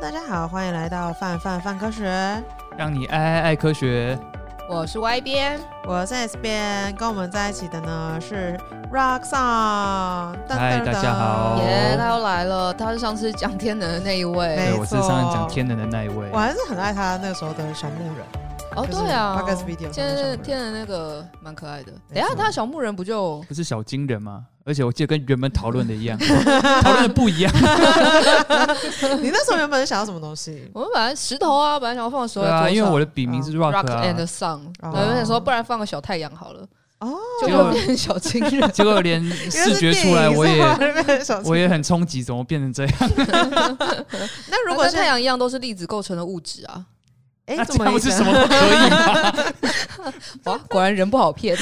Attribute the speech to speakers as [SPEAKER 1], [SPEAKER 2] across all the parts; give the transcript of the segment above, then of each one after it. [SPEAKER 1] 大家好，欢迎来到范范范科学，
[SPEAKER 2] 让你爱爱爱科学。
[SPEAKER 3] 我是 Y 边，
[SPEAKER 1] 我是 S 边，跟我们在一起的呢是 Rock Song。
[SPEAKER 2] 嗨大家好
[SPEAKER 3] 耶、
[SPEAKER 2] 哦
[SPEAKER 3] 他又来了，他是上次讲天能的那一
[SPEAKER 1] 没
[SPEAKER 3] 位。
[SPEAKER 2] 对，我是上
[SPEAKER 1] 错
[SPEAKER 2] 次讲天能的那一位
[SPEAKER 1] 我。还是很爱他那个时候的小木人，
[SPEAKER 3] 哦，
[SPEAKER 1] 就是
[SPEAKER 3] 对啊
[SPEAKER 1] Podcast，video 上的
[SPEAKER 3] 现
[SPEAKER 1] 小木
[SPEAKER 3] 在
[SPEAKER 1] 人
[SPEAKER 3] 天能那个蛮可爱的。
[SPEAKER 1] 没错
[SPEAKER 3] 等一下他小木人不就
[SPEAKER 2] 不是小金人吗？而且我记得跟原本讨论的一样，讨论的不一样。
[SPEAKER 1] 你那时候原本想要什么东 西？
[SPEAKER 3] 我们本来石头啊，本来想要放石头
[SPEAKER 2] 对
[SPEAKER 3] 在桌
[SPEAKER 2] 啊，
[SPEAKER 3] 上，
[SPEAKER 2] 因为我的笔名是 Rock
[SPEAKER 3] Rock and
[SPEAKER 2] 啊，
[SPEAKER 3] Sun，
[SPEAKER 1] 哦
[SPEAKER 3] 然后想说不然放个小太阳好了，
[SPEAKER 1] 哦，
[SPEAKER 3] 就
[SPEAKER 2] 结果。
[SPEAKER 3] 会变成小 情 人
[SPEAKER 2] 结果连视觉出来我也
[SPEAKER 1] 原来是电影是吧
[SPEAKER 2] 我也很冲击，怎么变成这样？
[SPEAKER 1] 那如
[SPEAKER 3] 它
[SPEAKER 1] 果
[SPEAKER 3] 跟
[SPEAKER 1] 是
[SPEAKER 3] 太，阳一样都是粒子构成的物质啊！
[SPEAKER 1] 哎
[SPEAKER 2] 那，
[SPEAKER 1] 怎
[SPEAKER 2] 这样
[SPEAKER 1] 么
[SPEAKER 2] 是
[SPEAKER 1] 意思
[SPEAKER 2] 什么都可以吗？
[SPEAKER 1] 啊
[SPEAKER 3] 哇， 果然人不 好骗。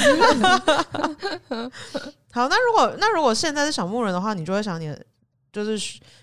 [SPEAKER 1] 好，那如果那如果现在是小木人的话，你就会想你的就是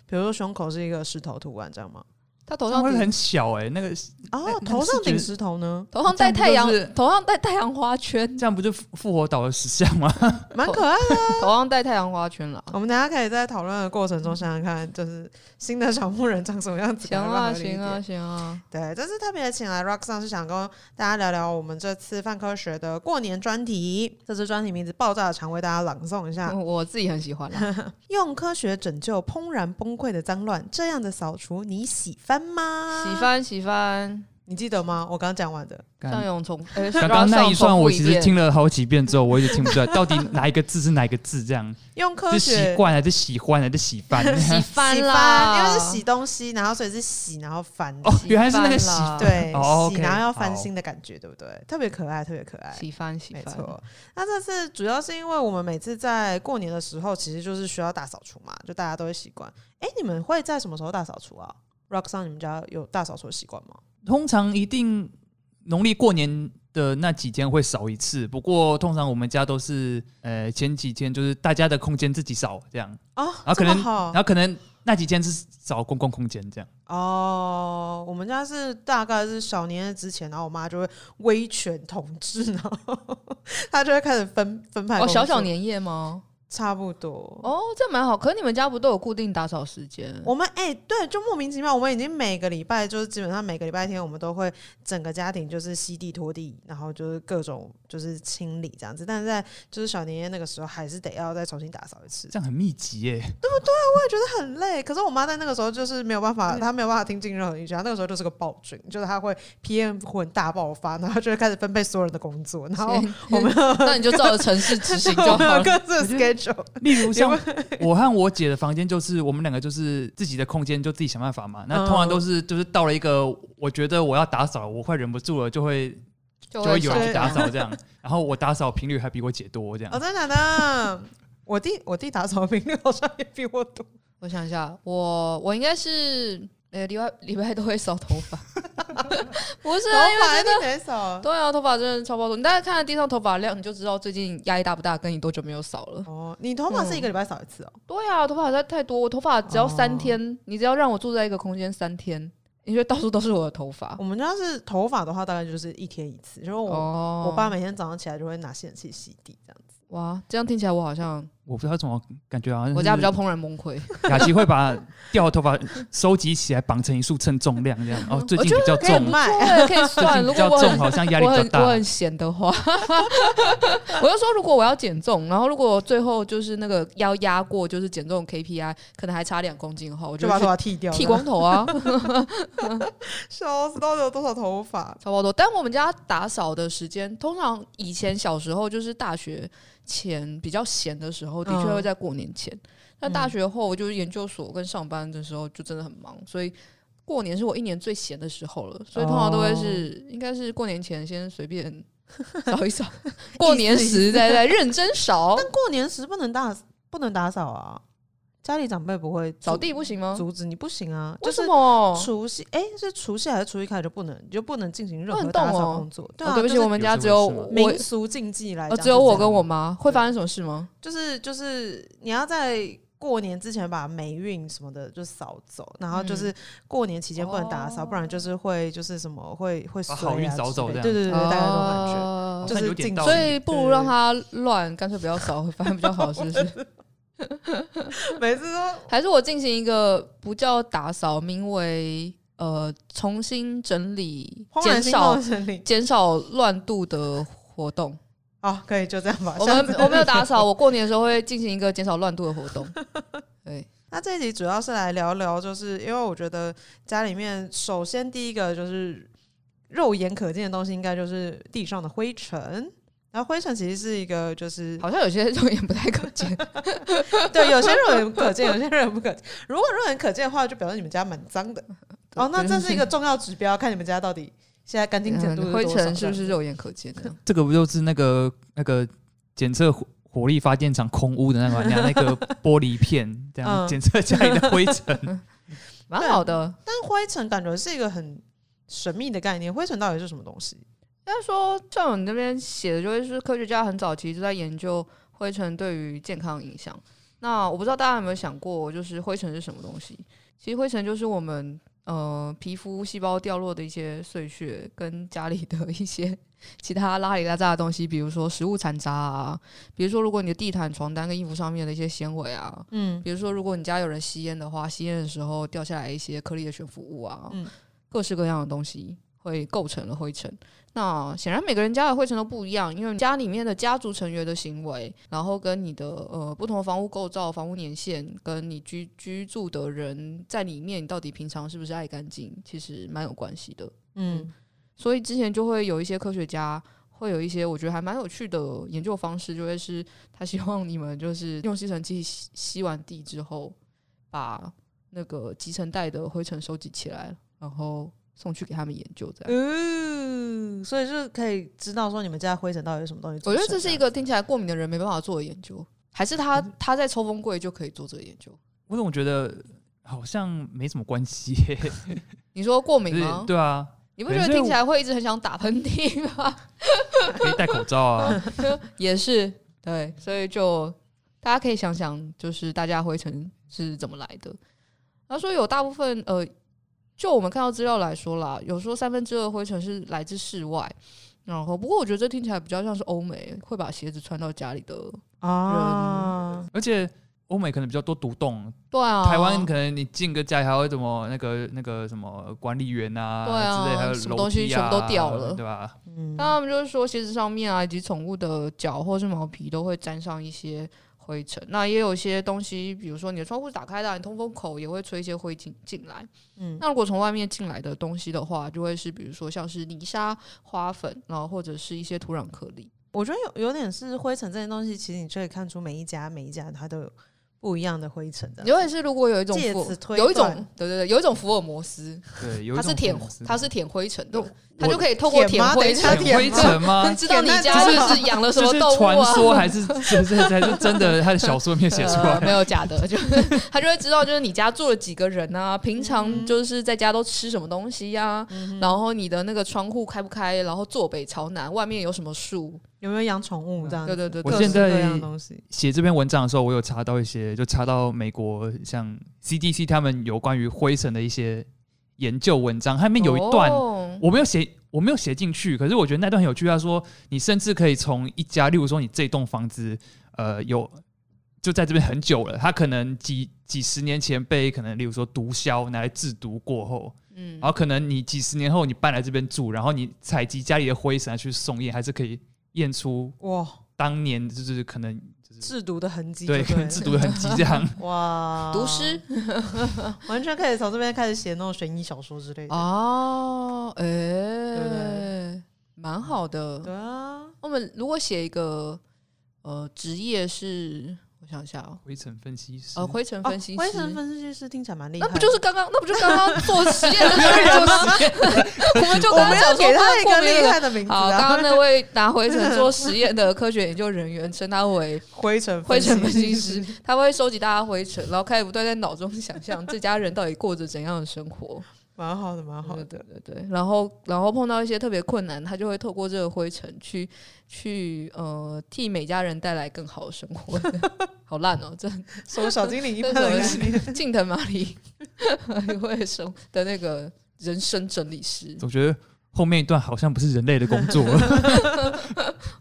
[SPEAKER 1] 比如说胸口是一个石头图案，这样吗？
[SPEAKER 3] 他头
[SPEAKER 2] 好像
[SPEAKER 3] 上
[SPEAKER 2] 会
[SPEAKER 3] 顶
[SPEAKER 2] 很小哎，那个
[SPEAKER 1] 哦，
[SPEAKER 2] 那
[SPEAKER 1] 头上
[SPEAKER 2] 是觉
[SPEAKER 1] 顶
[SPEAKER 2] 得
[SPEAKER 1] 石头呢，
[SPEAKER 3] 头上戴太阳
[SPEAKER 2] 这样不就是，
[SPEAKER 3] 头上戴太阳花 圈，
[SPEAKER 1] 哦
[SPEAKER 2] 这样不就复复活岛的石像吗？
[SPEAKER 1] 蛮可爱的。
[SPEAKER 3] 头上戴太阳花圈 了。
[SPEAKER 1] 我们等一下可以在讨论的过程中想想看，就是新的小木人长什么样子。
[SPEAKER 3] 行
[SPEAKER 1] 可能会
[SPEAKER 3] 啊，
[SPEAKER 1] 合理一
[SPEAKER 3] 行啊，
[SPEAKER 1] 点。
[SPEAKER 3] 行啊，
[SPEAKER 1] 对，这次特别请来 Rock 上是想跟大家聊聊我们这次泛科学的过年专题。这次专题名字爆炸的常为大家朗诵一下：
[SPEAKER 3] 嗯我自己很喜欢啦。
[SPEAKER 1] 用科学拯救怦然崩溃的脏乱，这样的扫除你喜欢吗？
[SPEAKER 3] 喜，欢喜欢，
[SPEAKER 1] 你记得吗？我刚刚讲完的，
[SPEAKER 2] 干
[SPEAKER 3] 上勇重， 呃
[SPEAKER 2] 刚刚那一段我其实，
[SPEAKER 3] 然后上重复
[SPEAKER 2] 听了好几遍之后，我也听不出来到底哪一个字是哪一个字，这样
[SPEAKER 1] 用科
[SPEAKER 2] 是习
[SPEAKER 1] 学。
[SPEAKER 2] 惯还是喜欢还是喜欢？
[SPEAKER 3] 一遍洗
[SPEAKER 1] 洗
[SPEAKER 3] 翻
[SPEAKER 1] 翻，
[SPEAKER 3] 啦，
[SPEAKER 1] 因为是洗东西，然后所以是洗，然后翻，
[SPEAKER 2] 哦，原来是那个洗
[SPEAKER 3] 喜欢啦
[SPEAKER 1] 对，
[SPEAKER 2] 哦
[SPEAKER 1] 洗
[SPEAKER 2] OK，
[SPEAKER 1] 然后要翻
[SPEAKER 2] 好
[SPEAKER 1] 新的感觉，对不对？特别可爱，特别可爱。
[SPEAKER 3] 洗翻洗
[SPEAKER 1] 没
[SPEAKER 3] 翻，哦
[SPEAKER 1] 错，那这次主要是因为我们每次在过年的时候，其实就是需要大扫除嘛，就大家都会习惯。哎、你们会在什么时候大扫除啊？Rock 上你们家有大扫除的习惯吗？
[SPEAKER 2] 通常一定农历过年的那几天会扫一次，不过通常我们家都是呃前几天就是大家的空间自己扫这样，
[SPEAKER 1] 哦，
[SPEAKER 2] 啊
[SPEAKER 1] 这
[SPEAKER 2] 可
[SPEAKER 1] 么
[SPEAKER 2] 能
[SPEAKER 1] 好
[SPEAKER 2] 然后可能那几天是扫公共空间这样。
[SPEAKER 1] 哦，我们家是大概是小年夜之前，然后我妈就会威权统治，然后 她就会开始分分派。
[SPEAKER 3] 哦，小小年夜吗？
[SPEAKER 1] 差不多。
[SPEAKER 3] 哦，这蛮好。可是你们家不都有固定打扫时间？
[SPEAKER 1] 我们哎、对，就莫名其妙，我们已经每个礼拜就是基本上每个礼拜天，我们都会整个家庭就是吸地拖地，然后就是各种就是清理这样子。但是在就是小年夜那个时候，还是得要再重新打扫一次，
[SPEAKER 2] 这样很密集耶、
[SPEAKER 1] 这很累。可是我妈在那个时候就是没有办法，她没有办法听进任何意见，她那个时候就是个暴君，就是她会 PM 魂大爆发，然后就会开始分配所有人的工作，然后
[SPEAKER 3] 所以
[SPEAKER 1] 我们
[SPEAKER 3] 那你就照着城市执行就
[SPEAKER 1] 我
[SPEAKER 3] 好
[SPEAKER 1] 们有
[SPEAKER 3] 了。
[SPEAKER 1] 各自的 schedule，
[SPEAKER 2] 例如像我和我姐的房间，就是我们两个就是自己的空间就自己想办法嘛。那通常都是就是到了一个我觉得我要打扫，我快忍不住了，就会
[SPEAKER 3] 就
[SPEAKER 2] 就会有人
[SPEAKER 1] 扫
[SPEAKER 2] 去打扫这样。然后我打扫频率还比我姐多这样
[SPEAKER 1] 哦，。真的假的？我弟我弟打扫频率好像也比我多。
[SPEAKER 3] 我想一下，我我应该是呃礼拜礼拜都会扫头 发，不是
[SPEAKER 1] 头
[SPEAKER 3] 啊，因
[SPEAKER 1] 发
[SPEAKER 3] 为
[SPEAKER 1] 一定得扫。
[SPEAKER 3] 对啊，头发真的超爆多。你大概看看地上头发量，你就知道最近压力大不大，跟你多久没有扫了。
[SPEAKER 1] 哦，你头发是一个礼拜扫一次哦？
[SPEAKER 3] 对啊，头发实在太多，我头发只要三天，你只要让我住在一个空间三天，你就到处都是我的头发
[SPEAKER 1] 我。们家是头发的话，大概就是一天一次，就是我、
[SPEAKER 3] 哦
[SPEAKER 1] 我爸每天早上起来就会拿吸尘器吸地这样子。
[SPEAKER 3] 哇，这样听起来我好像
[SPEAKER 2] 我不知道怎么感觉好像是
[SPEAKER 3] 我家比较怦然崩溃。
[SPEAKER 2] 雅琪会把掉的头发收集起来，绑成一束称重量这样。哦，最近比 较
[SPEAKER 1] 可以
[SPEAKER 2] 重，
[SPEAKER 1] 卖，
[SPEAKER 3] 对，可以
[SPEAKER 2] 最
[SPEAKER 3] 算。
[SPEAKER 2] 近
[SPEAKER 3] 如
[SPEAKER 2] 比
[SPEAKER 3] 果
[SPEAKER 2] 较
[SPEAKER 3] 我
[SPEAKER 2] 重，
[SPEAKER 3] 很
[SPEAKER 2] 好像压力
[SPEAKER 3] 我
[SPEAKER 2] 比较
[SPEAKER 3] 很我
[SPEAKER 2] 大。
[SPEAKER 3] 很闲的话， 我就说如果我要减重，然后如果最后就是那个要压过就是减重 KPI，可能还差两公斤的话，我
[SPEAKER 1] 就
[SPEAKER 3] 就
[SPEAKER 1] 把
[SPEAKER 3] 会
[SPEAKER 1] 头
[SPEAKER 3] 去
[SPEAKER 1] 发剃掉，
[SPEAKER 3] 剃光，头啊。
[SPEAKER 1] 笑死！到底有多少头发？
[SPEAKER 3] 差不多。但我们家打扫的时间，通常以前小时候就是大学前比较闲的时候，的确
[SPEAKER 1] 嗯
[SPEAKER 3] 会在过年前。那、大学后，就是研究所跟上班的时候，就真的很忙，所以。过年是我一年最闲的时候了，所以通常都会是，应该是过年前先随便 扫一扫， 过年时再再认真扫。
[SPEAKER 1] 但过年时不能打，不能打扫啊！家里长辈不会
[SPEAKER 3] 扫地不行吗
[SPEAKER 1] 阻？阻止你，不行啊！
[SPEAKER 3] 为
[SPEAKER 1] 就
[SPEAKER 3] 什
[SPEAKER 1] 是
[SPEAKER 3] 么？
[SPEAKER 1] 除夕，哎，是除夕还是初一开始就不能，你就不能进行任
[SPEAKER 3] 不
[SPEAKER 1] 何
[SPEAKER 3] 能
[SPEAKER 1] 打
[SPEAKER 3] 动
[SPEAKER 1] 扫
[SPEAKER 3] 哦
[SPEAKER 1] 工作。对
[SPEAKER 3] 哦
[SPEAKER 1] 啊，
[SPEAKER 3] 对不起，
[SPEAKER 1] 就
[SPEAKER 3] 我
[SPEAKER 1] 是
[SPEAKER 3] 们家
[SPEAKER 2] 有
[SPEAKER 3] 只
[SPEAKER 2] 这回
[SPEAKER 3] 有
[SPEAKER 2] 事吗
[SPEAKER 3] 我，
[SPEAKER 1] 民俗禁忌来
[SPEAKER 3] 哦
[SPEAKER 1] 讲，
[SPEAKER 3] 只有我跟我
[SPEAKER 1] 妈。
[SPEAKER 3] 妈。会发生什么事吗？
[SPEAKER 1] 就是就是你要在过年之前把霉运什么的就扫走，然后
[SPEAKER 2] 嗯
[SPEAKER 1] 就是过年期间不能打扫，
[SPEAKER 3] 哦
[SPEAKER 1] 不然就是会就是什么会会衰啊
[SPEAKER 2] 把哦好运扫走
[SPEAKER 1] 之类的
[SPEAKER 2] 这
[SPEAKER 1] 对
[SPEAKER 2] 样
[SPEAKER 1] 对对对，大概这种感觉。
[SPEAKER 3] 哦
[SPEAKER 1] 就
[SPEAKER 2] 好像
[SPEAKER 1] 是
[SPEAKER 2] 有点
[SPEAKER 1] 禁
[SPEAKER 2] 道
[SPEAKER 1] 止
[SPEAKER 3] 所
[SPEAKER 2] 理。
[SPEAKER 3] 以不如让它乱，干脆不要扫，反正比较好，是不是？
[SPEAKER 1] 每次都
[SPEAKER 3] 还是我进行一个不叫打扫，名为呃重新整理、
[SPEAKER 1] 怦然
[SPEAKER 3] 减
[SPEAKER 1] 心
[SPEAKER 3] 少
[SPEAKER 1] 动森林。
[SPEAKER 3] 减少乱度的活动。
[SPEAKER 1] 哦，可以就这样吧。
[SPEAKER 3] 我
[SPEAKER 1] 下
[SPEAKER 3] 们
[SPEAKER 1] 次
[SPEAKER 3] 我没有打扫，我过年的时候会进行一个减少乱度的活动。对，
[SPEAKER 1] 那这一集主要是来聊聊，就是因为我觉得家里面首先第一个就是肉眼可见的东西，应该就是地上的灰尘。然后灰尘其实是一个，就是
[SPEAKER 3] 好像有些肉眼不太可 见，
[SPEAKER 1] 对有些肉眼可见，有些肉眼不可见。如果肉眼可见的话，就表示你们家蛮脏 的。哦，那这是一个重要指标，看你们家到底现在干净程度
[SPEAKER 3] 嗯
[SPEAKER 1] 是
[SPEAKER 3] 灰
[SPEAKER 1] 多少
[SPEAKER 3] 尘是不是？肉眼可见的？
[SPEAKER 2] 这个不就是那个那个检测火火力发电厂空屋的那个拿那个玻璃片这
[SPEAKER 1] 嗯
[SPEAKER 2] 样检测家里的灰尘？
[SPEAKER 3] 蛮好的。
[SPEAKER 1] 但灰尘感觉是一个很神秘的概念，灰尘到底是什么东西？
[SPEAKER 3] 应该说，像我们这边写的，就会是科学家很早期就在研究灰尘对于健康影响。那我不知道大家有没有想过，就是灰尘是什么东西？其实灰尘就是我们呃皮肤细胞掉落的一些碎屑，跟家里的一些其他拉里拉杂的东西，比如说食物残渣啊，比如说如果你的地毯、床单跟衣服上面的一些纤维啊，
[SPEAKER 1] 嗯，
[SPEAKER 3] 比如说，如果你家有人吸烟的话，吸烟的时候掉下来一些颗粒的悬浮物啊，
[SPEAKER 1] 嗯
[SPEAKER 3] 各式各样的东西会构成了灰尘。那显然每个人家的灰尘都不一样，因为家里面的家族成员的行为，然后跟你的呃不同的房屋构造、房屋年限，跟你居居住的人在里面，你到底平常是不是爱干净，其实蛮有关系的。
[SPEAKER 1] 嗯，
[SPEAKER 3] 所以之前就会有一些科学家会有一些我觉得还蛮有趣的研究方式，就会是他希望你们就是用吸尘器吸吸完地之后，把那个集成袋的灰尘收集起来，然后送去给他们研究这样。
[SPEAKER 1] 嗯，所以就是可以知道说你们家灰尘到底是什么东西组
[SPEAKER 3] 我
[SPEAKER 1] 成的。
[SPEAKER 3] 觉得这是一个听起来过敏的人没办法做的研究，还是
[SPEAKER 2] 嗯
[SPEAKER 3] 他他在抽风柜就可以做这个研究？
[SPEAKER 2] 我总觉得好像没什么关系耶、
[SPEAKER 3] 你说过敏
[SPEAKER 2] 就是
[SPEAKER 3] 吗？
[SPEAKER 2] 对啊，
[SPEAKER 3] 你不觉得听起来会一直很想打喷嚏吗？
[SPEAKER 2] 可以戴口罩啊。
[SPEAKER 3] 也是对，所以就大家可以想想，就是大家灰尘是怎么来的。然后说有大部分呃，就我们看到资料来说啦，有说三分之二灰尘是来自室外。然后，不过我觉得这听起来比较像是欧美会把鞋子穿到家里的，
[SPEAKER 1] 啊，
[SPEAKER 2] 而且欧美可能比较多独栋，
[SPEAKER 3] 对啊，
[SPEAKER 2] 台湾可能你进个家里还会怎么那个那个什么管理员啊，
[SPEAKER 3] 对啊
[SPEAKER 2] 之类，还有
[SPEAKER 3] 什么
[SPEAKER 2] 楼
[SPEAKER 3] 东西
[SPEAKER 2] 梯啊，
[SPEAKER 3] 全部都掉了
[SPEAKER 2] 对吧？
[SPEAKER 1] 嗯，
[SPEAKER 3] 那他们就是说鞋子上面啊，以及宠物的脚或是毛皮都会沾上一些灰尘。那也有一些东西，比如说你的窗户是打开的啊，你通风口也会吹一些灰进进来。
[SPEAKER 1] 嗯
[SPEAKER 3] 那如果从外面进来的东西的话，就会是比如说像是泥沙、花粉，然后或者是一些土壤颗粒。
[SPEAKER 1] 我觉得有有点是灰尘这件东西，其实你就可以看出每一家每一家它都有不一样的灰尘的。
[SPEAKER 3] 尤其是如果有一种
[SPEAKER 1] 借
[SPEAKER 3] 福
[SPEAKER 1] 此推
[SPEAKER 3] 有一种
[SPEAKER 1] 断
[SPEAKER 3] 对对对，有一种福尔摩斯，
[SPEAKER 2] 对，有一
[SPEAKER 3] 它是
[SPEAKER 2] 种
[SPEAKER 3] 舔
[SPEAKER 2] 粉丝
[SPEAKER 3] 它是舔灰尘的
[SPEAKER 2] 我，
[SPEAKER 3] 它就可以透过
[SPEAKER 1] 舔
[SPEAKER 3] 舔
[SPEAKER 1] 吗
[SPEAKER 3] 灰
[SPEAKER 1] 等一
[SPEAKER 3] 尘
[SPEAKER 1] 下。
[SPEAKER 2] 舔灰尘吗？
[SPEAKER 3] 知道你
[SPEAKER 1] 舔
[SPEAKER 3] 家
[SPEAKER 1] 那
[SPEAKER 3] 就
[SPEAKER 1] 就是
[SPEAKER 3] 养了 什
[SPEAKER 2] 这
[SPEAKER 3] 么
[SPEAKER 2] 是
[SPEAKER 3] 动物
[SPEAKER 2] 传
[SPEAKER 3] 啊？
[SPEAKER 2] 说还是 这是还是真的？他的小说里面写出
[SPEAKER 3] 呃、
[SPEAKER 2] 来，
[SPEAKER 3] 没有假 的，就他就会知道，就是你家住了几个人啊，平
[SPEAKER 1] 嗯
[SPEAKER 3] 常就是在家都吃什么东西呀、然后你的那个窗户开不开，然后坐北朝南，外面有什么树，
[SPEAKER 1] 有没有养宠物这样？
[SPEAKER 3] 对对对
[SPEAKER 2] 我
[SPEAKER 3] 对，
[SPEAKER 1] 各
[SPEAKER 2] 现
[SPEAKER 1] 式各
[SPEAKER 2] 在
[SPEAKER 1] 样的东西，
[SPEAKER 2] 写这篇文章的时候，我有查到一些，就查到美国像 CDC 他们有关于灰尘的一些研究文章，它里面有一段
[SPEAKER 3] 哦
[SPEAKER 2] 我没有写，我没有写进去，可是我觉得那段很有趣。他说，你甚至可以从一家，例如说你这栋房子，呃，有就在这边很久了，它可能几几十年前被可能例如说毒枭拿来制毒过后，
[SPEAKER 3] 嗯
[SPEAKER 2] 然，后可能你几十年后你搬来这边住，然后你采集家里的灰尘来啊去送验，还是可以验出
[SPEAKER 1] 哇，
[SPEAKER 2] 当年就是可能
[SPEAKER 1] 制毒的痕迹就
[SPEAKER 2] 对
[SPEAKER 1] 对，
[SPEAKER 2] 可能制毒的痕迹这样。
[SPEAKER 1] 哇，
[SPEAKER 3] 毒师
[SPEAKER 1] 完全可以从这边开始写那种悬疑小说之类的。
[SPEAKER 3] 哦，哎、
[SPEAKER 1] 对不
[SPEAKER 3] 蛮好的。
[SPEAKER 1] 对啊，
[SPEAKER 3] 我们如果写一个呃职业是，我想一下哦，
[SPEAKER 2] 灰尘分析师，
[SPEAKER 3] 呃灰尘分析
[SPEAKER 1] 哦
[SPEAKER 3] 师，
[SPEAKER 1] 灰尘分析师听起来蛮厉害
[SPEAKER 3] 那
[SPEAKER 1] 的，
[SPEAKER 3] 不就是刚刚那不就刚刚做实验的那个人吗？我们就
[SPEAKER 1] 我
[SPEAKER 3] 刚刚
[SPEAKER 1] 们要
[SPEAKER 3] 讲说
[SPEAKER 1] 给他一
[SPEAKER 3] 过
[SPEAKER 1] 个
[SPEAKER 3] 敏的
[SPEAKER 1] 厉害的名字
[SPEAKER 3] 好，
[SPEAKER 1] 啊？
[SPEAKER 3] 刚刚那位拿灰尘做实验的科学研究人员，称他为
[SPEAKER 1] 灰尘
[SPEAKER 3] 灰尘分
[SPEAKER 1] 分
[SPEAKER 3] 析
[SPEAKER 1] 析
[SPEAKER 3] 师，他会收集大家灰尘，然后开始不断在脑中想象这家人到底过着怎样的生活。
[SPEAKER 1] 蛮好的，蛮好
[SPEAKER 3] 对
[SPEAKER 1] 的。
[SPEAKER 3] 对对对，然后然后碰到一些特别困难，他就会透过这个灰尘去去呃替每家人带来更好的生活。好烂哦，这
[SPEAKER 1] 什么小精灵一般的
[SPEAKER 3] 这
[SPEAKER 1] 概
[SPEAKER 3] 什
[SPEAKER 1] 念，
[SPEAKER 3] 近 藤麻里会生的那个人生整理师。
[SPEAKER 2] 总觉得后面一段好像不是人类的工作 了。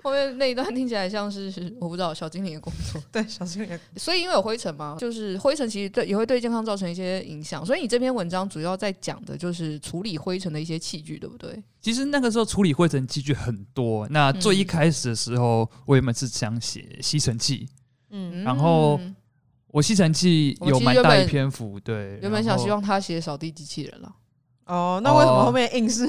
[SPEAKER 3] 后面那一段听起来像是我不知道小精灵的工作，
[SPEAKER 1] 对，小心点。
[SPEAKER 3] 所以因为有灰尘嘛，就是灰尘其实对也会对健康造成一些影响。所以你这篇文章主要在讲的就是处理灰尘的一些器具，对不对？
[SPEAKER 2] 其实那个时候处理灰尘器具很多，那最一开始的时候，我原本是想写吸尘器，
[SPEAKER 1] 嗯，
[SPEAKER 2] 然后
[SPEAKER 3] 嗯
[SPEAKER 2] 我吸尘器有蛮大一篇幅，对，
[SPEAKER 3] 原本想
[SPEAKER 2] 然后
[SPEAKER 3] 希望他写扫地机器 人了，
[SPEAKER 1] 哦，那为什么
[SPEAKER 2] 哦
[SPEAKER 1] 后面硬是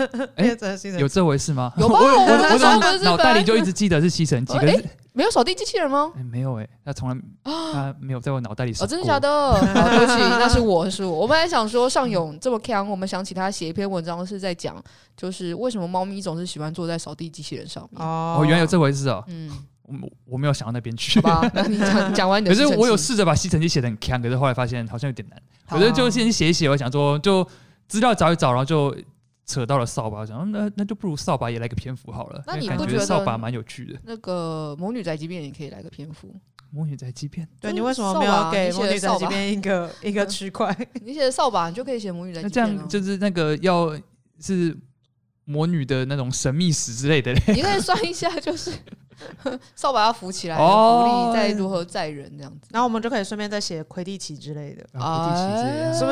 [SPEAKER 1] 变成吸尘
[SPEAKER 2] 哎有
[SPEAKER 1] 器？
[SPEAKER 2] 这回事吗？
[SPEAKER 3] 有吧
[SPEAKER 2] 我
[SPEAKER 3] 我那
[SPEAKER 2] 我
[SPEAKER 3] 时候不
[SPEAKER 2] 脑
[SPEAKER 3] 是
[SPEAKER 2] 脑袋里
[SPEAKER 3] 本
[SPEAKER 2] 就一直记得是吸 尘器，
[SPEAKER 3] 呃
[SPEAKER 2] 可是、
[SPEAKER 3] 没有扫地机器人吗？
[SPEAKER 2] 哎没有哎、他 从来他没有在我脑袋里闪过。
[SPEAKER 3] 哦，真 的假的？好，对不起，那是我是我。我本来想说尚勇这么强，我们想起他写一篇文章是在讲，就是为什么猫咪总是喜欢坐在扫地机器人上面。
[SPEAKER 1] 哦
[SPEAKER 2] 哦，原来有这回事哦，
[SPEAKER 3] 嗯，
[SPEAKER 2] 我我没有想到那边去
[SPEAKER 3] 好。 吧，那你讲讲完你
[SPEAKER 2] 可
[SPEAKER 3] 的吸
[SPEAKER 2] 是
[SPEAKER 3] 尘器。
[SPEAKER 2] 我有试着把吸尘器写的很强，可是后来发现好像有点难。
[SPEAKER 1] 好
[SPEAKER 2] 可是就先写一写，我想说就资料找一找，然后就扯到了扫把，我想嗯那那就不如扫把也来个篇幅好了。
[SPEAKER 3] 那你
[SPEAKER 2] 因为
[SPEAKER 3] 不
[SPEAKER 2] 感
[SPEAKER 3] 觉得
[SPEAKER 2] 扫把蛮有趣的？
[SPEAKER 3] 那个母女宅急便也可以来个篇幅。
[SPEAKER 2] 魔女宅急便，
[SPEAKER 1] 对
[SPEAKER 3] 嗯
[SPEAKER 1] 你为什么没
[SPEAKER 3] 扫把
[SPEAKER 1] 有给
[SPEAKER 3] 你写
[SPEAKER 1] 魔
[SPEAKER 3] 的
[SPEAKER 1] 女宅
[SPEAKER 3] 扫
[SPEAKER 1] 急
[SPEAKER 3] 把
[SPEAKER 1] 便一 个一个区块？
[SPEAKER 3] 你写扫把，你就可以写母女宅
[SPEAKER 2] 那
[SPEAKER 3] 急
[SPEAKER 2] 这
[SPEAKER 3] 便、啊。
[SPEAKER 2] 样就是那个要是魔女的那种神秘史之类 的嘞。
[SPEAKER 3] 你可以算一下，就是 扫把要扶起来的
[SPEAKER 2] 哦
[SPEAKER 3] 浮力，再如何载人这样子。
[SPEAKER 1] 然后我们就可以顺便再写魁地奇之类的，
[SPEAKER 2] 啊，魁地奇之类的
[SPEAKER 3] 哎
[SPEAKER 1] 是不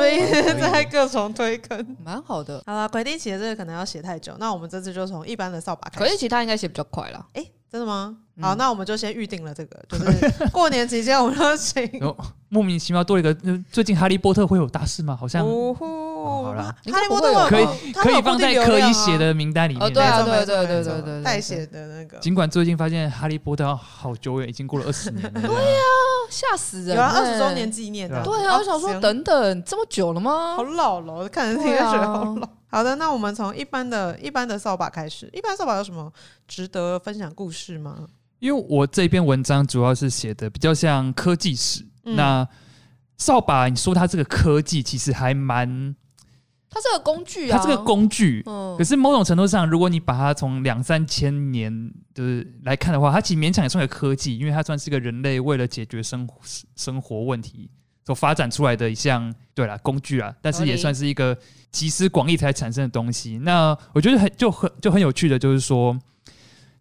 [SPEAKER 1] 是
[SPEAKER 2] 可 以
[SPEAKER 1] 在各种推坑？
[SPEAKER 3] 蛮好的。
[SPEAKER 1] 好了，魁地奇的这个可能要写太久，那我们这次就从一般的扫把开
[SPEAKER 3] 可
[SPEAKER 1] 始。
[SPEAKER 3] 是其他应该写比较快啦。
[SPEAKER 1] 哎、真的吗？好，
[SPEAKER 3] 嗯
[SPEAKER 1] 那我们就先预定了这个，就是 过年期间我们要请。
[SPEAKER 2] 莫名其妙多了一个。嗯最近哈利波特会有大事吗？好像
[SPEAKER 3] 哦
[SPEAKER 1] 呜呼！
[SPEAKER 2] 好啦
[SPEAKER 1] 哈利波特
[SPEAKER 3] 应该不会有吧
[SPEAKER 1] 有
[SPEAKER 2] 可以放在
[SPEAKER 1] 啊
[SPEAKER 2] 可以写，的名单里
[SPEAKER 3] 啊哦，
[SPEAKER 2] 面。
[SPEAKER 3] 对啊，
[SPEAKER 1] 没错
[SPEAKER 3] 对
[SPEAKER 1] 没错
[SPEAKER 3] 对
[SPEAKER 1] 没
[SPEAKER 3] 对
[SPEAKER 1] 错
[SPEAKER 3] 对对，
[SPEAKER 1] 代写的那个。
[SPEAKER 2] 尽管最近发现《哈利波特》好久远，已经过了二十年 了。对呀、
[SPEAKER 3] 哦吓死人！
[SPEAKER 1] 有啊，二十周年。纪念的。
[SPEAKER 3] 对啊，我想
[SPEAKER 1] 行
[SPEAKER 3] 说，等等，这么久了吗
[SPEAKER 1] 好？老了，我看着听
[SPEAKER 3] 对
[SPEAKER 1] 就
[SPEAKER 3] 啊
[SPEAKER 1] 觉得好老。好的，那我们从一般的一般的扫把开始。一般扫把有什么值得分享故事吗？
[SPEAKER 2] 因为我这篇文章主要是写的比较像科技史。
[SPEAKER 1] 嗯
[SPEAKER 2] 那扫把，你说它这个科技其实还蛮，
[SPEAKER 3] 它是个工具啊，
[SPEAKER 2] 它这个，工具。
[SPEAKER 3] 嗯
[SPEAKER 2] 可，是某种程度上，如果你把它从两三千年的来看的话，它其实勉强也算个科技，因为它算是个人类为了解决生活生活问题所发展出来的一项对啦工具啊，但是
[SPEAKER 3] 合
[SPEAKER 2] 也
[SPEAKER 3] 理
[SPEAKER 2] 算是一个集思广益才产生的东西。那我觉得很就很就很有趣的，就是说，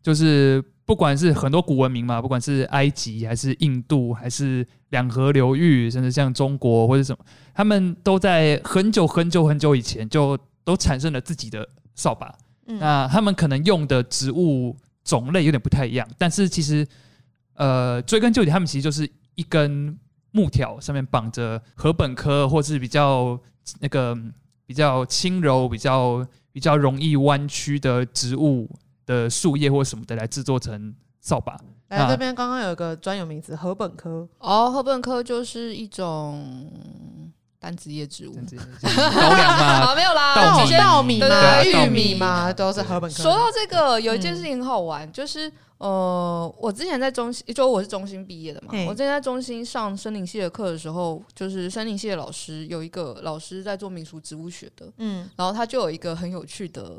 [SPEAKER 2] 就是不管是很多古文明嘛，不管是埃及还是印度，还是两河流域，甚至像中国或者什么，他们都在很久很久很久以前就都产生了自己的扫把。
[SPEAKER 1] 嗯
[SPEAKER 2] 那他们可能用的植物种类有点不太一样，但是其实呃追根究底，他们其实就是一根木条上面绑着禾本科，或是比较那个嗯比较轻柔、比较比较容易弯曲的植物的树叶或什么的来制作成扫把。
[SPEAKER 1] 来
[SPEAKER 2] 那
[SPEAKER 3] 啊
[SPEAKER 1] 这边刚刚有一个专有名词，禾本科。
[SPEAKER 3] 哦，禾本科就是一种单子叶 植物
[SPEAKER 2] 这样。子高粱嘛，
[SPEAKER 3] 啊，没有啦，
[SPEAKER 2] 稻
[SPEAKER 3] 我
[SPEAKER 2] 米啊
[SPEAKER 3] 先
[SPEAKER 1] 哦稻米
[SPEAKER 3] 对
[SPEAKER 1] 嘛，啊
[SPEAKER 3] 对
[SPEAKER 1] 玉
[SPEAKER 3] 对
[SPEAKER 1] 米嘛，
[SPEAKER 2] 稻
[SPEAKER 1] 都
[SPEAKER 2] 米
[SPEAKER 1] 是禾本科。
[SPEAKER 3] 说到这个，有一件事情很好玩，就是呃，我之前在中心，就我是中心毕业的嘛
[SPEAKER 1] 嘿，
[SPEAKER 3] 我之前在中心上森林系的课的时候，就是森林系的老师有一个老师在做民俗植物学的，
[SPEAKER 1] 嗯，
[SPEAKER 3] 然后他就有一个很有趣的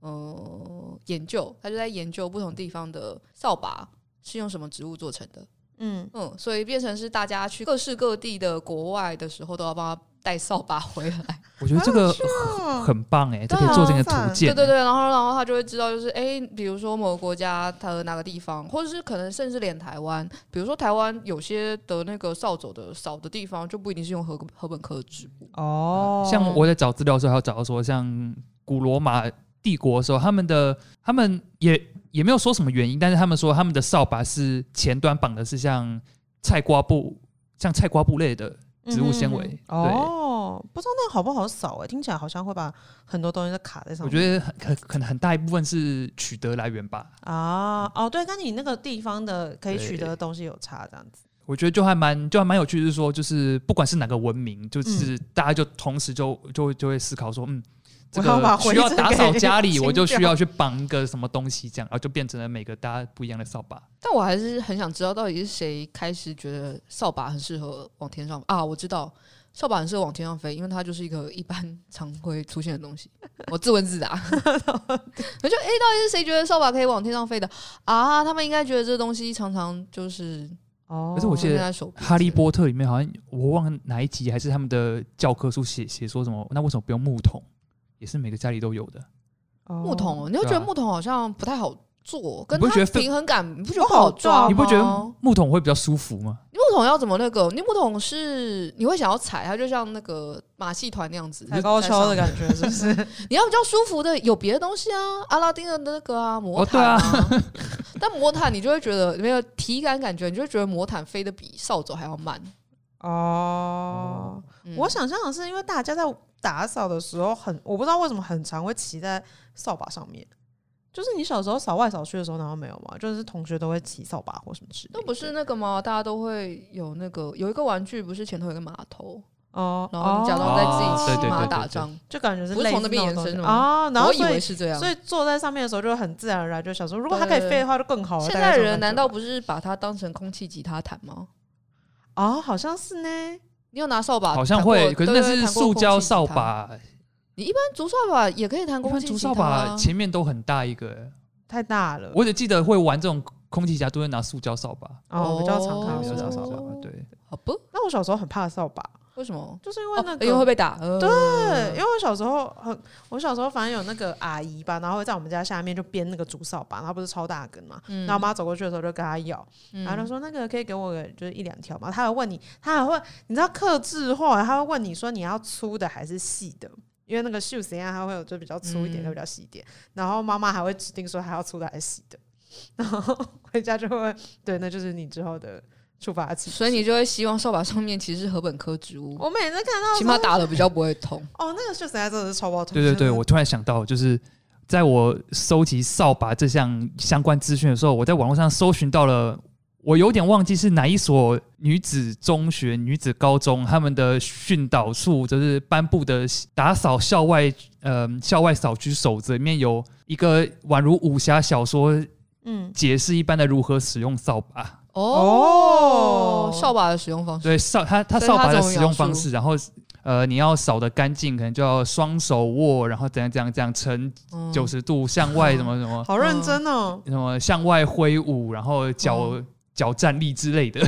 [SPEAKER 3] 呃研究，他就在研究不同地方的扫把是用什么植物做成的，
[SPEAKER 1] 嗯，
[SPEAKER 3] 嗯，所以变成是大家去各式各地的国外的时候，都要帮他带扫把回来。
[SPEAKER 2] 我觉得这个很
[SPEAKER 3] 嗯
[SPEAKER 2] 很棒哎、这可以做成一个
[SPEAKER 1] 啊对啊
[SPEAKER 2] 图鉴。
[SPEAKER 3] 对对对，然后然后他就会知道，就是诶，比如说某个国家它的哪个地方，或者是可能甚至连台湾，比如说台湾有些的那个扫帚的扫的地方，就不一定是用禾禾本科的植物。
[SPEAKER 1] 哦，
[SPEAKER 2] 像我在找资料的时候，还有找到说，像古罗马帝国的时候，他们的他们也也没有说什么原因，但是他们说他们的扫把是前端绑的是像菜瓜布，像菜瓜布类的。植物纤维
[SPEAKER 1] 嗯
[SPEAKER 2] 对
[SPEAKER 1] 哦，不知道那好不好扫哎，听起来好像会把很多东西都卡在上
[SPEAKER 2] 我
[SPEAKER 1] 面。
[SPEAKER 2] 觉得很很可能很大一部分是取得来源吧。
[SPEAKER 1] 啊，哦，对，跟你那个地方的可以取得的
[SPEAKER 2] 对
[SPEAKER 1] 东西有差，这样子。
[SPEAKER 2] 我觉得就还蛮就还蛮有趣，就是说，就是不管是哪个文明，
[SPEAKER 1] 嗯
[SPEAKER 2] 就是大家就同时就就就会思考说，嗯，这
[SPEAKER 1] 我要把
[SPEAKER 2] 个
[SPEAKER 1] 灰
[SPEAKER 2] 需要
[SPEAKER 1] 尘
[SPEAKER 2] 打
[SPEAKER 1] 给
[SPEAKER 2] 扫家 里，
[SPEAKER 1] 清
[SPEAKER 2] 我就
[SPEAKER 1] 掉
[SPEAKER 2] 需要去绑一个什么东西，这样，然后就变成了每个大家不一样的扫把。
[SPEAKER 3] 但我还是很想知道，到底是谁开始觉得扫把很适合往天上啊？我知道扫把很适合往天上飞，因为它就是一个一般 常会出现的东西。我自问自答，我就诶，到底是谁觉得扫把可以往天上飞的啊？他们应该觉得这东西常常就是
[SPEAKER 1] 哦，
[SPEAKER 2] 可是我记
[SPEAKER 3] 出
[SPEAKER 2] 得
[SPEAKER 3] 现在手
[SPEAKER 2] 《
[SPEAKER 3] 臂
[SPEAKER 2] 哈利
[SPEAKER 3] 之类的
[SPEAKER 2] 波特》里面好像我忘了哪一集，还是他们的教科书写写说什么？那为什么不用木桶？也是每个家里都有的。
[SPEAKER 3] 木桶哦，你就觉
[SPEAKER 2] 对
[SPEAKER 3] 得
[SPEAKER 2] 啊
[SPEAKER 3] 木桶好像不太好做，跟
[SPEAKER 2] 不会觉
[SPEAKER 3] 它
[SPEAKER 2] 得分
[SPEAKER 3] 平衡感你不觉得
[SPEAKER 1] 不
[SPEAKER 3] 不
[SPEAKER 1] 好
[SPEAKER 3] 好抓吗？
[SPEAKER 1] 抓
[SPEAKER 2] 你不觉
[SPEAKER 3] 哦
[SPEAKER 2] 得木桶会比较舒服吗？
[SPEAKER 3] 你木桶要怎么那个？你木桶是你会想要踩它，就像那个马戏团那样子，
[SPEAKER 1] 踩高跷的
[SPEAKER 3] 觉。
[SPEAKER 1] 感觉是不 是？
[SPEAKER 3] 你要比较舒服的，有别的东西啊，阿拉丁的那个啊，魔毯
[SPEAKER 2] 哦
[SPEAKER 3] 但魔毯你就会觉得没有体感感觉，你就会觉得魔毯飞得比扫帚还要慢。
[SPEAKER 1] 哦，
[SPEAKER 3] 嗯
[SPEAKER 1] 我想象的是，因为大家在打扫的时候很，我不知道为什么很常会骑在扫把上面。就是你小时候扫外扫区的时候，难道没有吗？就是同学都会骑扫把或什么之类的。
[SPEAKER 3] 那不是那个吗？大家都会有那个有一个玩具，不是前头有个马头，
[SPEAKER 1] 哦，
[SPEAKER 3] 然后你假
[SPEAKER 1] 哦
[SPEAKER 3] 装在自己
[SPEAKER 2] 哦对
[SPEAKER 3] 骑
[SPEAKER 2] 对
[SPEAKER 3] 马
[SPEAKER 2] 对
[SPEAKER 3] 打
[SPEAKER 2] 对对
[SPEAKER 3] 仗，
[SPEAKER 1] 就感觉是
[SPEAKER 3] 不是
[SPEAKER 1] 类
[SPEAKER 3] 从
[SPEAKER 1] 似
[SPEAKER 3] 那边
[SPEAKER 1] 种
[SPEAKER 3] 延
[SPEAKER 1] 东
[SPEAKER 3] 伸
[SPEAKER 1] 西
[SPEAKER 3] 的
[SPEAKER 1] 哦，然后
[SPEAKER 3] 我以
[SPEAKER 1] 所
[SPEAKER 3] 为
[SPEAKER 1] 以
[SPEAKER 3] 是这样
[SPEAKER 1] 所。以坐在上面的时候，就会很自然而然就想说，如果它可
[SPEAKER 3] 对
[SPEAKER 1] 以飞的话，就更好了。
[SPEAKER 2] 哦
[SPEAKER 3] 现
[SPEAKER 1] 大概
[SPEAKER 3] 在
[SPEAKER 1] 这种感
[SPEAKER 3] 人难
[SPEAKER 1] 觉
[SPEAKER 3] 道
[SPEAKER 1] 吧
[SPEAKER 3] 不是把它当成空气吉他弹吗？
[SPEAKER 1] 哦，好像是呢。
[SPEAKER 3] 你有拿扫把？
[SPEAKER 2] 好像会，可
[SPEAKER 3] 啊
[SPEAKER 2] 是那
[SPEAKER 3] 弹过对对
[SPEAKER 2] 是
[SPEAKER 3] 弹过
[SPEAKER 2] 塑胶
[SPEAKER 3] 空气吉他
[SPEAKER 2] 扫。把，
[SPEAKER 3] 你一般竹扫把也可以弹
[SPEAKER 2] 一
[SPEAKER 3] 空
[SPEAKER 2] 般
[SPEAKER 3] 气
[SPEAKER 2] 竹
[SPEAKER 3] 吉
[SPEAKER 2] 扫
[SPEAKER 3] 他
[SPEAKER 2] 把
[SPEAKER 3] 啊。
[SPEAKER 2] 前面都很大一个、欸
[SPEAKER 1] 太大了，
[SPEAKER 2] 我只记得会玩这种空气夹都会拿塑胶扫把，
[SPEAKER 1] 哦，我比较常看
[SPEAKER 3] 哦
[SPEAKER 1] 到
[SPEAKER 2] 对
[SPEAKER 1] 塑
[SPEAKER 2] 塑
[SPEAKER 1] 胶
[SPEAKER 2] 胶
[SPEAKER 1] 扫
[SPEAKER 2] 扫
[SPEAKER 1] 把。
[SPEAKER 2] 把，对，
[SPEAKER 3] 好哦不？
[SPEAKER 1] 那我小时候很怕扫把，
[SPEAKER 3] 为什么？
[SPEAKER 1] 就是因为那
[SPEAKER 3] 哦因为
[SPEAKER 1] 个
[SPEAKER 3] 会被打。呃
[SPEAKER 1] 对，因为我小时候很，我小时候反正有那个阿姨吧，然后会在我们家下面就编那个竹扫把，然后不是超大根嘛，
[SPEAKER 3] 嗯
[SPEAKER 1] 然后我妈走过去的时候就跟她要，
[SPEAKER 3] 嗯
[SPEAKER 1] 然后就说那个可以给我个就是一两条嘛，她还问你，她还会你知道克制化，她会问你说你要粗的还是细的。因为那个袖子一样，它会有就比较粗一点，
[SPEAKER 3] 嗯
[SPEAKER 1] 跟比较细一点。然后妈妈还会指定说还要粗的还是细的，然后回家就会对，那就是你之后的处罚器。
[SPEAKER 3] 所以你就会希望扫把上面其实是禾本科植物，
[SPEAKER 1] 我每次看到
[SPEAKER 3] 起
[SPEAKER 1] 说
[SPEAKER 3] 码打了比较不会痛。
[SPEAKER 1] 哦，那个秀才真的是超爆痛。
[SPEAKER 2] 对对
[SPEAKER 1] 真
[SPEAKER 2] 对，
[SPEAKER 1] 的
[SPEAKER 2] 我突然想到，就是在我收集扫把这项相关资讯的时候，我在网络上搜寻到了，我有点忘记是哪一所女子中学、女子高中他们的训导处，就是颁布的打扫校外呃校外扫区守则里面有一个宛如武侠小说
[SPEAKER 1] 嗯，
[SPEAKER 2] 解释一般的如何使用扫把，
[SPEAKER 1] 哦
[SPEAKER 3] 扫把的使用方式，
[SPEAKER 2] 对扫它它
[SPEAKER 3] 所以它
[SPEAKER 2] 扫把的
[SPEAKER 3] 怎么
[SPEAKER 2] 使用
[SPEAKER 3] 描述
[SPEAKER 2] 方式，然后。呃，你要扫的干净，可能就要双手握，然后怎样怎样怎样呈
[SPEAKER 3] 嗯
[SPEAKER 2] 九十度向外，什么什么
[SPEAKER 1] 好认真哦。
[SPEAKER 2] 什么向外挥舞，然后脚脚站立之类的，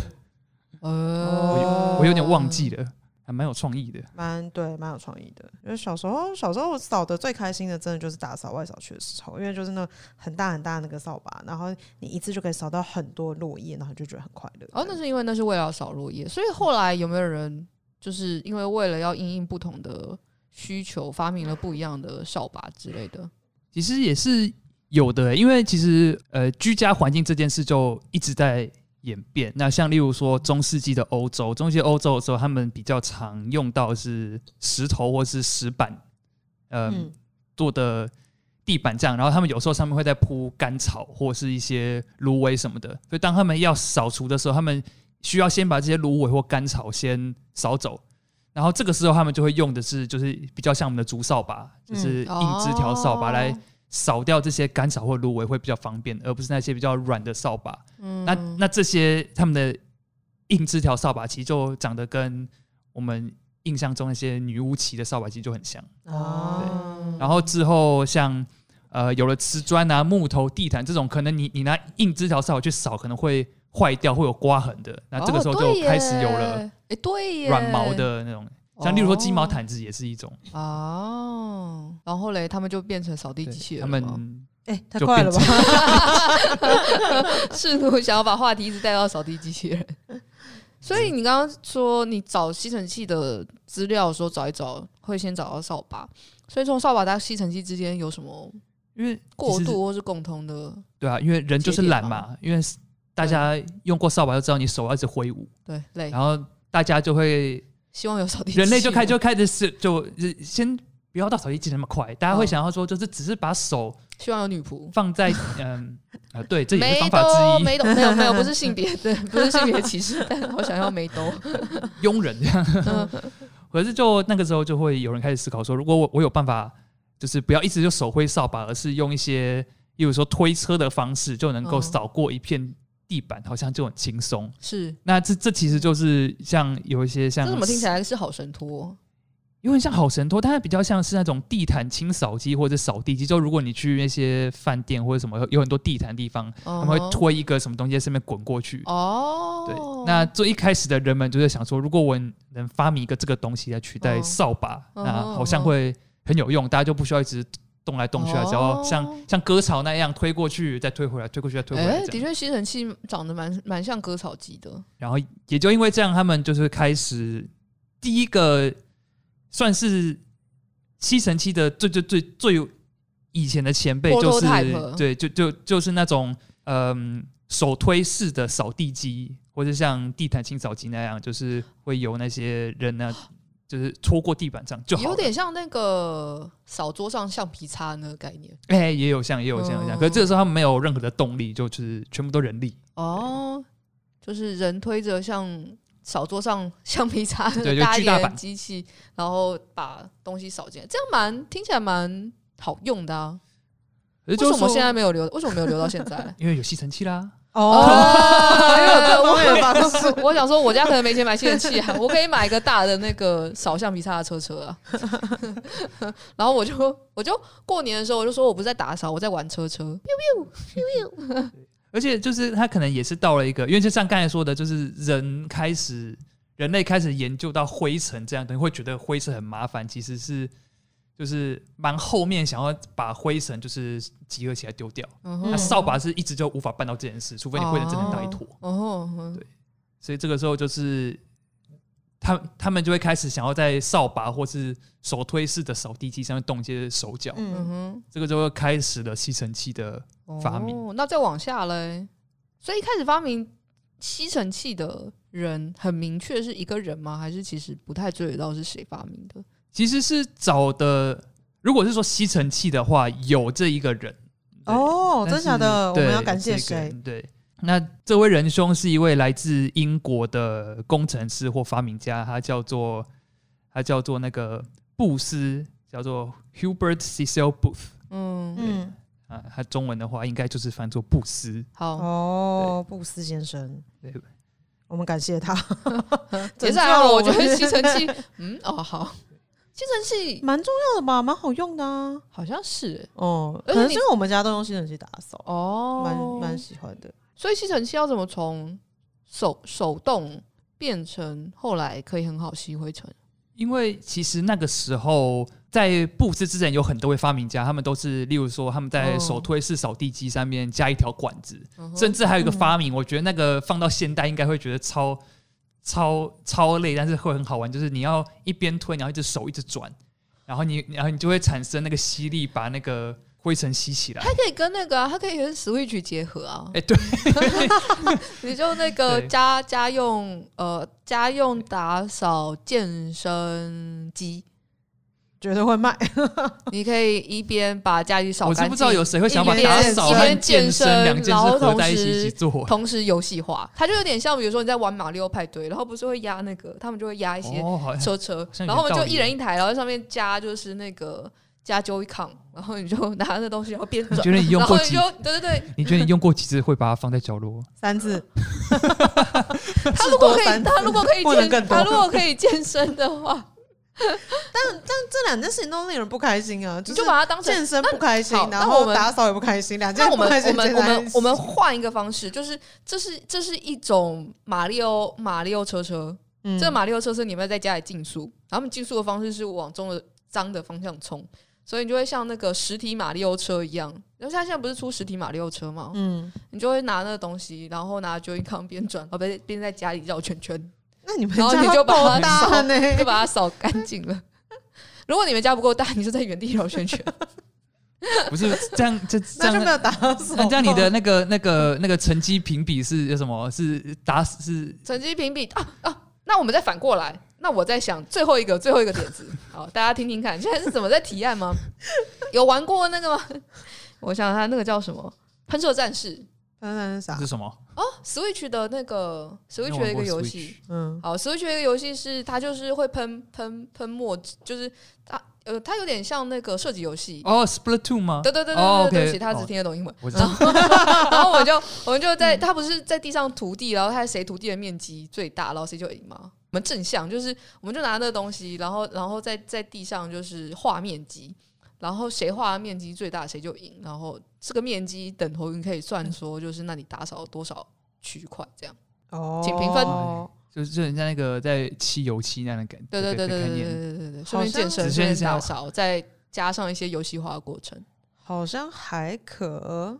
[SPEAKER 3] 呃
[SPEAKER 1] 哦
[SPEAKER 2] 我有点忘记了，还蛮有创意的。
[SPEAKER 1] 蛮对，蛮有创意的。因为小时候，小时候我扫的最开心的，真的就是打扫外扫区的时候，因为就是那很大很大那个扫把，然后你一次就可以扫到很多落叶，然后就觉得很快乐。
[SPEAKER 3] 哦，那是因为那是为了要扫落叶，所以后来有没有人就是因为为了要应应不同的需求，发明了不一样的扫把之类的？
[SPEAKER 2] 其实也是有的、因为其实呃，居家环境这件事就一直在演变。那像例如说中世纪的欧洲，中世纪欧洲的时候，他们比较常用到是石头或是石板，呃、
[SPEAKER 1] 嗯，
[SPEAKER 2] 做的地板这样，然后他们有时候上面会再铺干草或是一些芦苇什么的，所以当他们要扫除的时候，他们需要先把这些芦苇或干草先扫走，然后这个时候他们就会用的是就是比较像我们的竹扫把，就是硬枝条扫把
[SPEAKER 3] 哦
[SPEAKER 2] 来扫掉这些干草或芦苇会比较方便，而不是那些比较软的扫把。
[SPEAKER 3] 嗯
[SPEAKER 2] 那那这些他们的硬枝条扫把其实就长得跟我们印象中那些女巫骑的扫把其实就很像。
[SPEAKER 1] 嗯
[SPEAKER 3] 嗯
[SPEAKER 1] 哦，
[SPEAKER 2] 然后之后像呃有了瓷砖啊、木头地毯这种，可能你你拿硬枝条扫去扫，可能会坏掉，会有刮痕的。那这个时候就开始有了，
[SPEAKER 3] 哎、对哦耶，
[SPEAKER 2] 软毛的那种，像例如说鸡毛毯子也是一种，
[SPEAKER 3] 哦，然后嘞，他们就变成扫地
[SPEAKER 2] 对
[SPEAKER 3] 机器人
[SPEAKER 2] 他
[SPEAKER 3] 了吗，
[SPEAKER 2] 们
[SPEAKER 1] 哎、太
[SPEAKER 2] 就
[SPEAKER 1] 快了吧！
[SPEAKER 3] 试图想要把话题一直带到扫地机器人。 所以你刚刚说你找吸尘器的资料的时候找一找，会先找到扫把。所以从扫把到吸尘器之间有什么
[SPEAKER 2] 因为
[SPEAKER 3] 过
[SPEAKER 2] 其实
[SPEAKER 3] 渡或是共通的？
[SPEAKER 2] 对啊，因为人就是懒嘛，因为大家用过扫把就知道你手要一直挥舞，
[SPEAKER 3] 对，累，
[SPEAKER 2] 然后大家就会
[SPEAKER 3] 希望有扫地机器人。
[SPEAKER 2] 啊人类就开就开始是就是呃先。不要到扫地机那么快，大家会
[SPEAKER 3] 嗯
[SPEAKER 2] 想要说，就是只是把手
[SPEAKER 3] 希望有女仆。
[SPEAKER 2] 放在 嗯呃，对，这也
[SPEAKER 3] 梅
[SPEAKER 2] 是方
[SPEAKER 3] 兜
[SPEAKER 2] 法之一。
[SPEAKER 3] 梅兜没有没有，不是性别的，不是性别歧视， 但我想要 梅兜。 嗯
[SPEAKER 2] 佣人这样。 可是就那个时候就会有人开始思考说，如果我我有办法，就是不要一直就手挥扫把，而是用一些，例如说推车的方式，就能够
[SPEAKER 3] 嗯
[SPEAKER 2] 扫过一片地板，好像就很轻松。
[SPEAKER 3] 是，
[SPEAKER 2] 那这这其实就是像有一些
[SPEAKER 3] 这
[SPEAKER 2] 像
[SPEAKER 3] 怎么听起来是好神托、
[SPEAKER 2] 有点像好神拖，但它比较像是那种地毯清扫机或者扫地机。就如果你去那些饭店或者什么有有很多地毯的地方，
[SPEAKER 3] 他
[SPEAKER 2] 他们会推一个什么东西在上面滚过去。
[SPEAKER 3] 嗯哦，
[SPEAKER 2] 对，那最一开始的人们就是想说，如果我能发明一个这个东西来取代
[SPEAKER 3] 嗯
[SPEAKER 2] 扫把，
[SPEAKER 3] 嗯
[SPEAKER 2] 那
[SPEAKER 3] 嗯
[SPEAKER 2] 好像
[SPEAKER 3] 嗯
[SPEAKER 2] 会很有用，大家就不需要一直动来动去啊，只要像
[SPEAKER 3] 哦
[SPEAKER 2] 像割草那样推过去，再推回来，推过去再推回来
[SPEAKER 3] 哎，
[SPEAKER 2] 这
[SPEAKER 3] 的
[SPEAKER 2] 样。
[SPEAKER 3] 确吸尘器长得蛮蛮像割草机的，
[SPEAKER 2] 然后也就因为这样，他们就是开始第一个算是吸尘器的最最最最有以前的前辈就是
[SPEAKER 3] Prototype
[SPEAKER 2] 对，就就就是那种嗯、手推式的扫地机，或者像地毯清扫机那样，就是会有那些人 呢，就是戳过地板上就好了
[SPEAKER 3] 有点像那个扫桌上橡皮擦那个概念
[SPEAKER 2] 哎、也有像也有像也有像，
[SPEAKER 3] 嗯
[SPEAKER 2] 可是这个时候他们没有任何的动力，就是全部都人力，
[SPEAKER 3] 哦，就是人推着像扫桌上橡皮擦那
[SPEAKER 2] 对
[SPEAKER 3] 个
[SPEAKER 2] 就
[SPEAKER 3] 大一
[SPEAKER 2] 巨大
[SPEAKER 3] 点的
[SPEAKER 2] 版
[SPEAKER 3] 机器，然后把东西扫进来，这样蛮听起来蛮好用的啊。
[SPEAKER 2] 也
[SPEAKER 3] 为
[SPEAKER 2] 就
[SPEAKER 3] 什
[SPEAKER 2] 是
[SPEAKER 3] 么
[SPEAKER 2] 说
[SPEAKER 3] 现在没有留？为什么没有留到 现在？
[SPEAKER 2] 因为有吸尘器啦，
[SPEAKER 1] 哦，
[SPEAKER 3] 因为我
[SPEAKER 1] 我也发
[SPEAKER 3] 我我我想说，我家可能没钱买吸尘器啊，我可以买一个大的那个扫橡皮擦的车车啊。 然后我就我就过年的时候，我就说我不是在打扫，我在玩车车。
[SPEAKER 2] 而且就是他可能也是到了一个，因为就像刚才说的，就是人开始人类开始研究到灰尘这样东西，会觉得灰尘很麻烦，其实是就是蛮后面想要把灰尘就是集合起来丢掉。
[SPEAKER 3] 嗯
[SPEAKER 2] 那
[SPEAKER 3] 哼，
[SPEAKER 1] 嗯
[SPEAKER 2] 啊扫把是一直就无法办到这件事，除非你灰尘真的很大一坨。
[SPEAKER 3] 哦，嗯
[SPEAKER 2] 所以这个时候就是他他们就会开始想要在扫把或是手推式的扫地机上面动一些手脚，
[SPEAKER 1] 嗯，
[SPEAKER 3] 嗯
[SPEAKER 2] 这个就会开始了吸尘器的
[SPEAKER 3] 哼，
[SPEAKER 2] 发明
[SPEAKER 3] 哦。那再往下嘞，所以一开始发明吸尘器的人很明确是一个人吗？还是其实不太追得到是谁发明的？
[SPEAKER 2] 其实是找的，如果是说吸尘器的话，有这一个人对
[SPEAKER 1] 哦，
[SPEAKER 2] 但
[SPEAKER 1] 真
[SPEAKER 2] 是
[SPEAKER 1] 假的，我
[SPEAKER 2] 对
[SPEAKER 1] 们要感
[SPEAKER 2] 有
[SPEAKER 1] 谢
[SPEAKER 2] 这个
[SPEAKER 1] 谁？
[SPEAKER 2] 人对，那这位仁兄是一位来自英国的工程师或发明家，他叫做他叫做那个布斯，叫做 Hubert Cecil Booth
[SPEAKER 3] 嗯，
[SPEAKER 1] 嗯，
[SPEAKER 2] 啊，他中文的话应该就是翻作布斯。
[SPEAKER 3] 好，
[SPEAKER 1] 哦，布斯先生，
[SPEAKER 2] 对，
[SPEAKER 1] 我们感 谢他，拯
[SPEAKER 3] 接下
[SPEAKER 1] 救
[SPEAKER 3] 来哦
[SPEAKER 1] 了
[SPEAKER 3] 我觉
[SPEAKER 1] 们
[SPEAKER 3] 得吸尘器，嗯，哦，好，吸尘器
[SPEAKER 1] 蛮重要的吧，蛮好用的啊。
[SPEAKER 3] 好像是欸
[SPEAKER 1] 哦，
[SPEAKER 3] 而且
[SPEAKER 1] 可能
[SPEAKER 3] 你
[SPEAKER 1] 是因为我们家都用吸尘器打扫，
[SPEAKER 3] 哦，
[SPEAKER 1] 蛮蛮喜欢的。
[SPEAKER 3] 所以吸尘器要怎么从手手动变成后来可以很好吸灰尘？
[SPEAKER 2] 因为其实那个时候在布斯之前有很多位发明家，他们都是例如说他们在
[SPEAKER 3] 哦
[SPEAKER 2] 手推式扫地机上面加一条管子，
[SPEAKER 3] 嗯哼
[SPEAKER 2] 甚至还有一个发明，我觉得那个放到现代应该会觉得超超超累，但是会很好玩，就是你要一边推，然后一只手一直转，然后你然后你就会产生那个吸力，把那个灰尘吸起来。
[SPEAKER 3] 它可以跟那个、啊，它可以跟 Switch 结合啊
[SPEAKER 2] 哎、，对，
[SPEAKER 3] 你就那个
[SPEAKER 2] 对
[SPEAKER 3] 家家用呃家用打扫健身机，
[SPEAKER 1] 绝对会卖，
[SPEAKER 3] 你可以一边把家里扫
[SPEAKER 2] 我
[SPEAKER 3] 干净，
[SPEAKER 2] 是不知道有谁会想把
[SPEAKER 3] 一边
[SPEAKER 2] 打扫
[SPEAKER 3] 一
[SPEAKER 2] 和
[SPEAKER 3] 边
[SPEAKER 2] 健
[SPEAKER 3] 健
[SPEAKER 2] 身两件
[SPEAKER 3] 然
[SPEAKER 2] 事
[SPEAKER 3] 后
[SPEAKER 2] 合
[SPEAKER 3] 同
[SPEAKER 2] 在一起一起
[SPEAKER 3] 时
[SPEAKER 2] 做。
[SPEAKER 3] 同时游戏化，它就有点像比如说你在玩马里奥派对，然后不是会压那个，他们就会压一些
[SPEAKER 2] 哦，好像
[SPEAKER 3] 车车，
[SPEAKER 2] 像有
[SPEAKER 3] 然后我们
[SPEAKER 2] 道
[SPEAKER 3] 就
[SPEAKER 2] 理
[SPEAKER 3] 一人一台，然后上面加就是那个加 Joycon，然后你就拿那东西，然后边
[SPEAKER 2] 你
[SPEAKER 3] 转，
[SPEAKER 2] 觉得你用
[SPEAKER 3] 然
[SPEAKER 2] 过
[SPEAKER 3] 后你
[SPEAKER 2] 几
[SPEAKER 3] 就？对对对，
[SPEAKER 2] 你觉得你用过几次会把它放在角落？
[SPEAKER 1] 三次，
[SPEAKER 3] 嗯 他如果可
[SPEAKER 1] 至多三
[SPEAKER 3] 以，
[SPEAKER 1] 次
[SPEAKER 3] 他如果可 以
[SPEAKER 1] 不能
[SPEAKER 3] 健，
[SPEAKER 1] 更多
[SPEAKER 3] 他如果可以健身的话，
[SPEAKER 1] 这两件事情都令人不开心啊，
[SPEAKER 3] 你
[SPEAKER 1] 是
[SPEAKER 3] 就把它当成。
[SPEAKER 1] 健身不开心
[SPEAKER 3] 好，那
[SPEAKER 1] 然
[SPEAKER 3] 我
[SPEAKER 1] 后
[SPEAKER 3] 们
[SPEAKER 1] 打扫也不开心，两件
[SPEAKER 3] 那我
[SPEAKER 1] 不
[SPEAKER 3] 们
[SPEAKER 1] 开心
[SPEAKER 3] 我们我们我们
[SPEAKER 1] 我们
[SPEAKER 3] 换一个方式，就是这是这是一种马里奥马里奥车车，
[SPEAKER 1] 嗯
[SPEAKER 3] 这马里奥车车你们要在家里竞速，然后他们竞速的方式是往中的脏的方向冲，所以你就会像那个实体马里奥车一样。然后像现在不是出实体马里奥车吗？
[SPEAKER 1] 嗯，
[SPEAKER 3] 你就会拿那个东西，然后拿 Joycon 边转，哦，边边在家里绕圈圈，
[SPEAKER 1] 那你们
[SPEAKER 3] 然后
[SPEAKER 1] 家
[SPEAKER 3] 你就把
[SPEAKER 1] 够
[SPEAKER 3] 它
[SPEAKER 1] 大
[SPEAKER 3] 扫
[SPEAKER 1] 呢，
[SPEAKER 3] 就把它扫干净了。 如果你们家不够大，你就在原地绕圈圈。
[SPEAKER 2] 不是这样， 这这
[SPEAKER 1] 那就
[SPEAKER 2] 样
[SPEAKER 1] 没有打扫。
[SPEAKER 2] 那这样你的那个那个那个成绩评比是有什么？是打是
[SPEAKER 3] 成绩评比啊啊！那我们再反过来，那我在想最后一个最后一个点子，好，大家听听看，现在是怎么在提案吗？有玩过那个吗？我想他那个叫什么？喷射战士
[SPEAKER 1] 那那是啥
[SPEAKER 2] 是？什么？
[SPEAKER 3] 哦，Switch 的那个 Switch
[SPEAKER 2] 没有
[SPEAKER 3] 的
[SPEAKER 2] 玩
[SPEAKER 3] 一
[SPEAKER 2] 过
[SPEAKER 3] 个游
[SPEAKER 2] Switch
[SPEAKER 3] 戏，
[SPEAKER 1] 嗯，
[SPEAKER 3] 好，Switch 有一个游戏是它就是会喷喷喷墨汁，就是它呃，它有点像那个射击游戏。
[SPEAKER 2] 哦，Splatoon 吗？
[SPEAKER 3] 对对对对
[SPEAKER 2] 哦
[SPEAKER 3] 对，
[SPEAKER 2] ，OK
[SPEAKER 3] 对不起，他只
[SPEAKER 2] 哦
[SPEAKER 3] 听得懂英文。
[SPEAKER 2] 我知
[SPEAKER 3] 然
[SPEAKER 2] 道。
[SPEAKER 3] 后然后我就我们就在他不是在地上涂地，然后看谁涂地的面积最大，然后谁就赢嘛。我们正向就是我们就拿那个东西，然后然后在在地上就是画面积。然后谁画的面积最大，谁就赢。然后这个面积等同于可以算说，就是那你打扫了多少区块这样。
[SPEAKER 1] 哦，
[SPEAKER 3] 请评分
[SPEAKER 2] 就是就人家那个在漆油漆那样的感，
[SPEAKER 3] 对对
[SPEAKER 2] 的
[SPEAKER 3] 对对
[SPEAKER 2] 概
[SPEAKER 3] 对对
[SPEAKER 2] 念。
[SPEAKER 3] 对对对，顺便健身，
[SPEAKER 2] 只
[SPEAKER 3] 顺
[SPEAKER 2] 剩
[SPEAKER 3] 便
[SPEAKER 2] 下
[SPEAKER 3] 打扫，再加上一些游戏化的过程。
[SPEAKER 1] 好像还可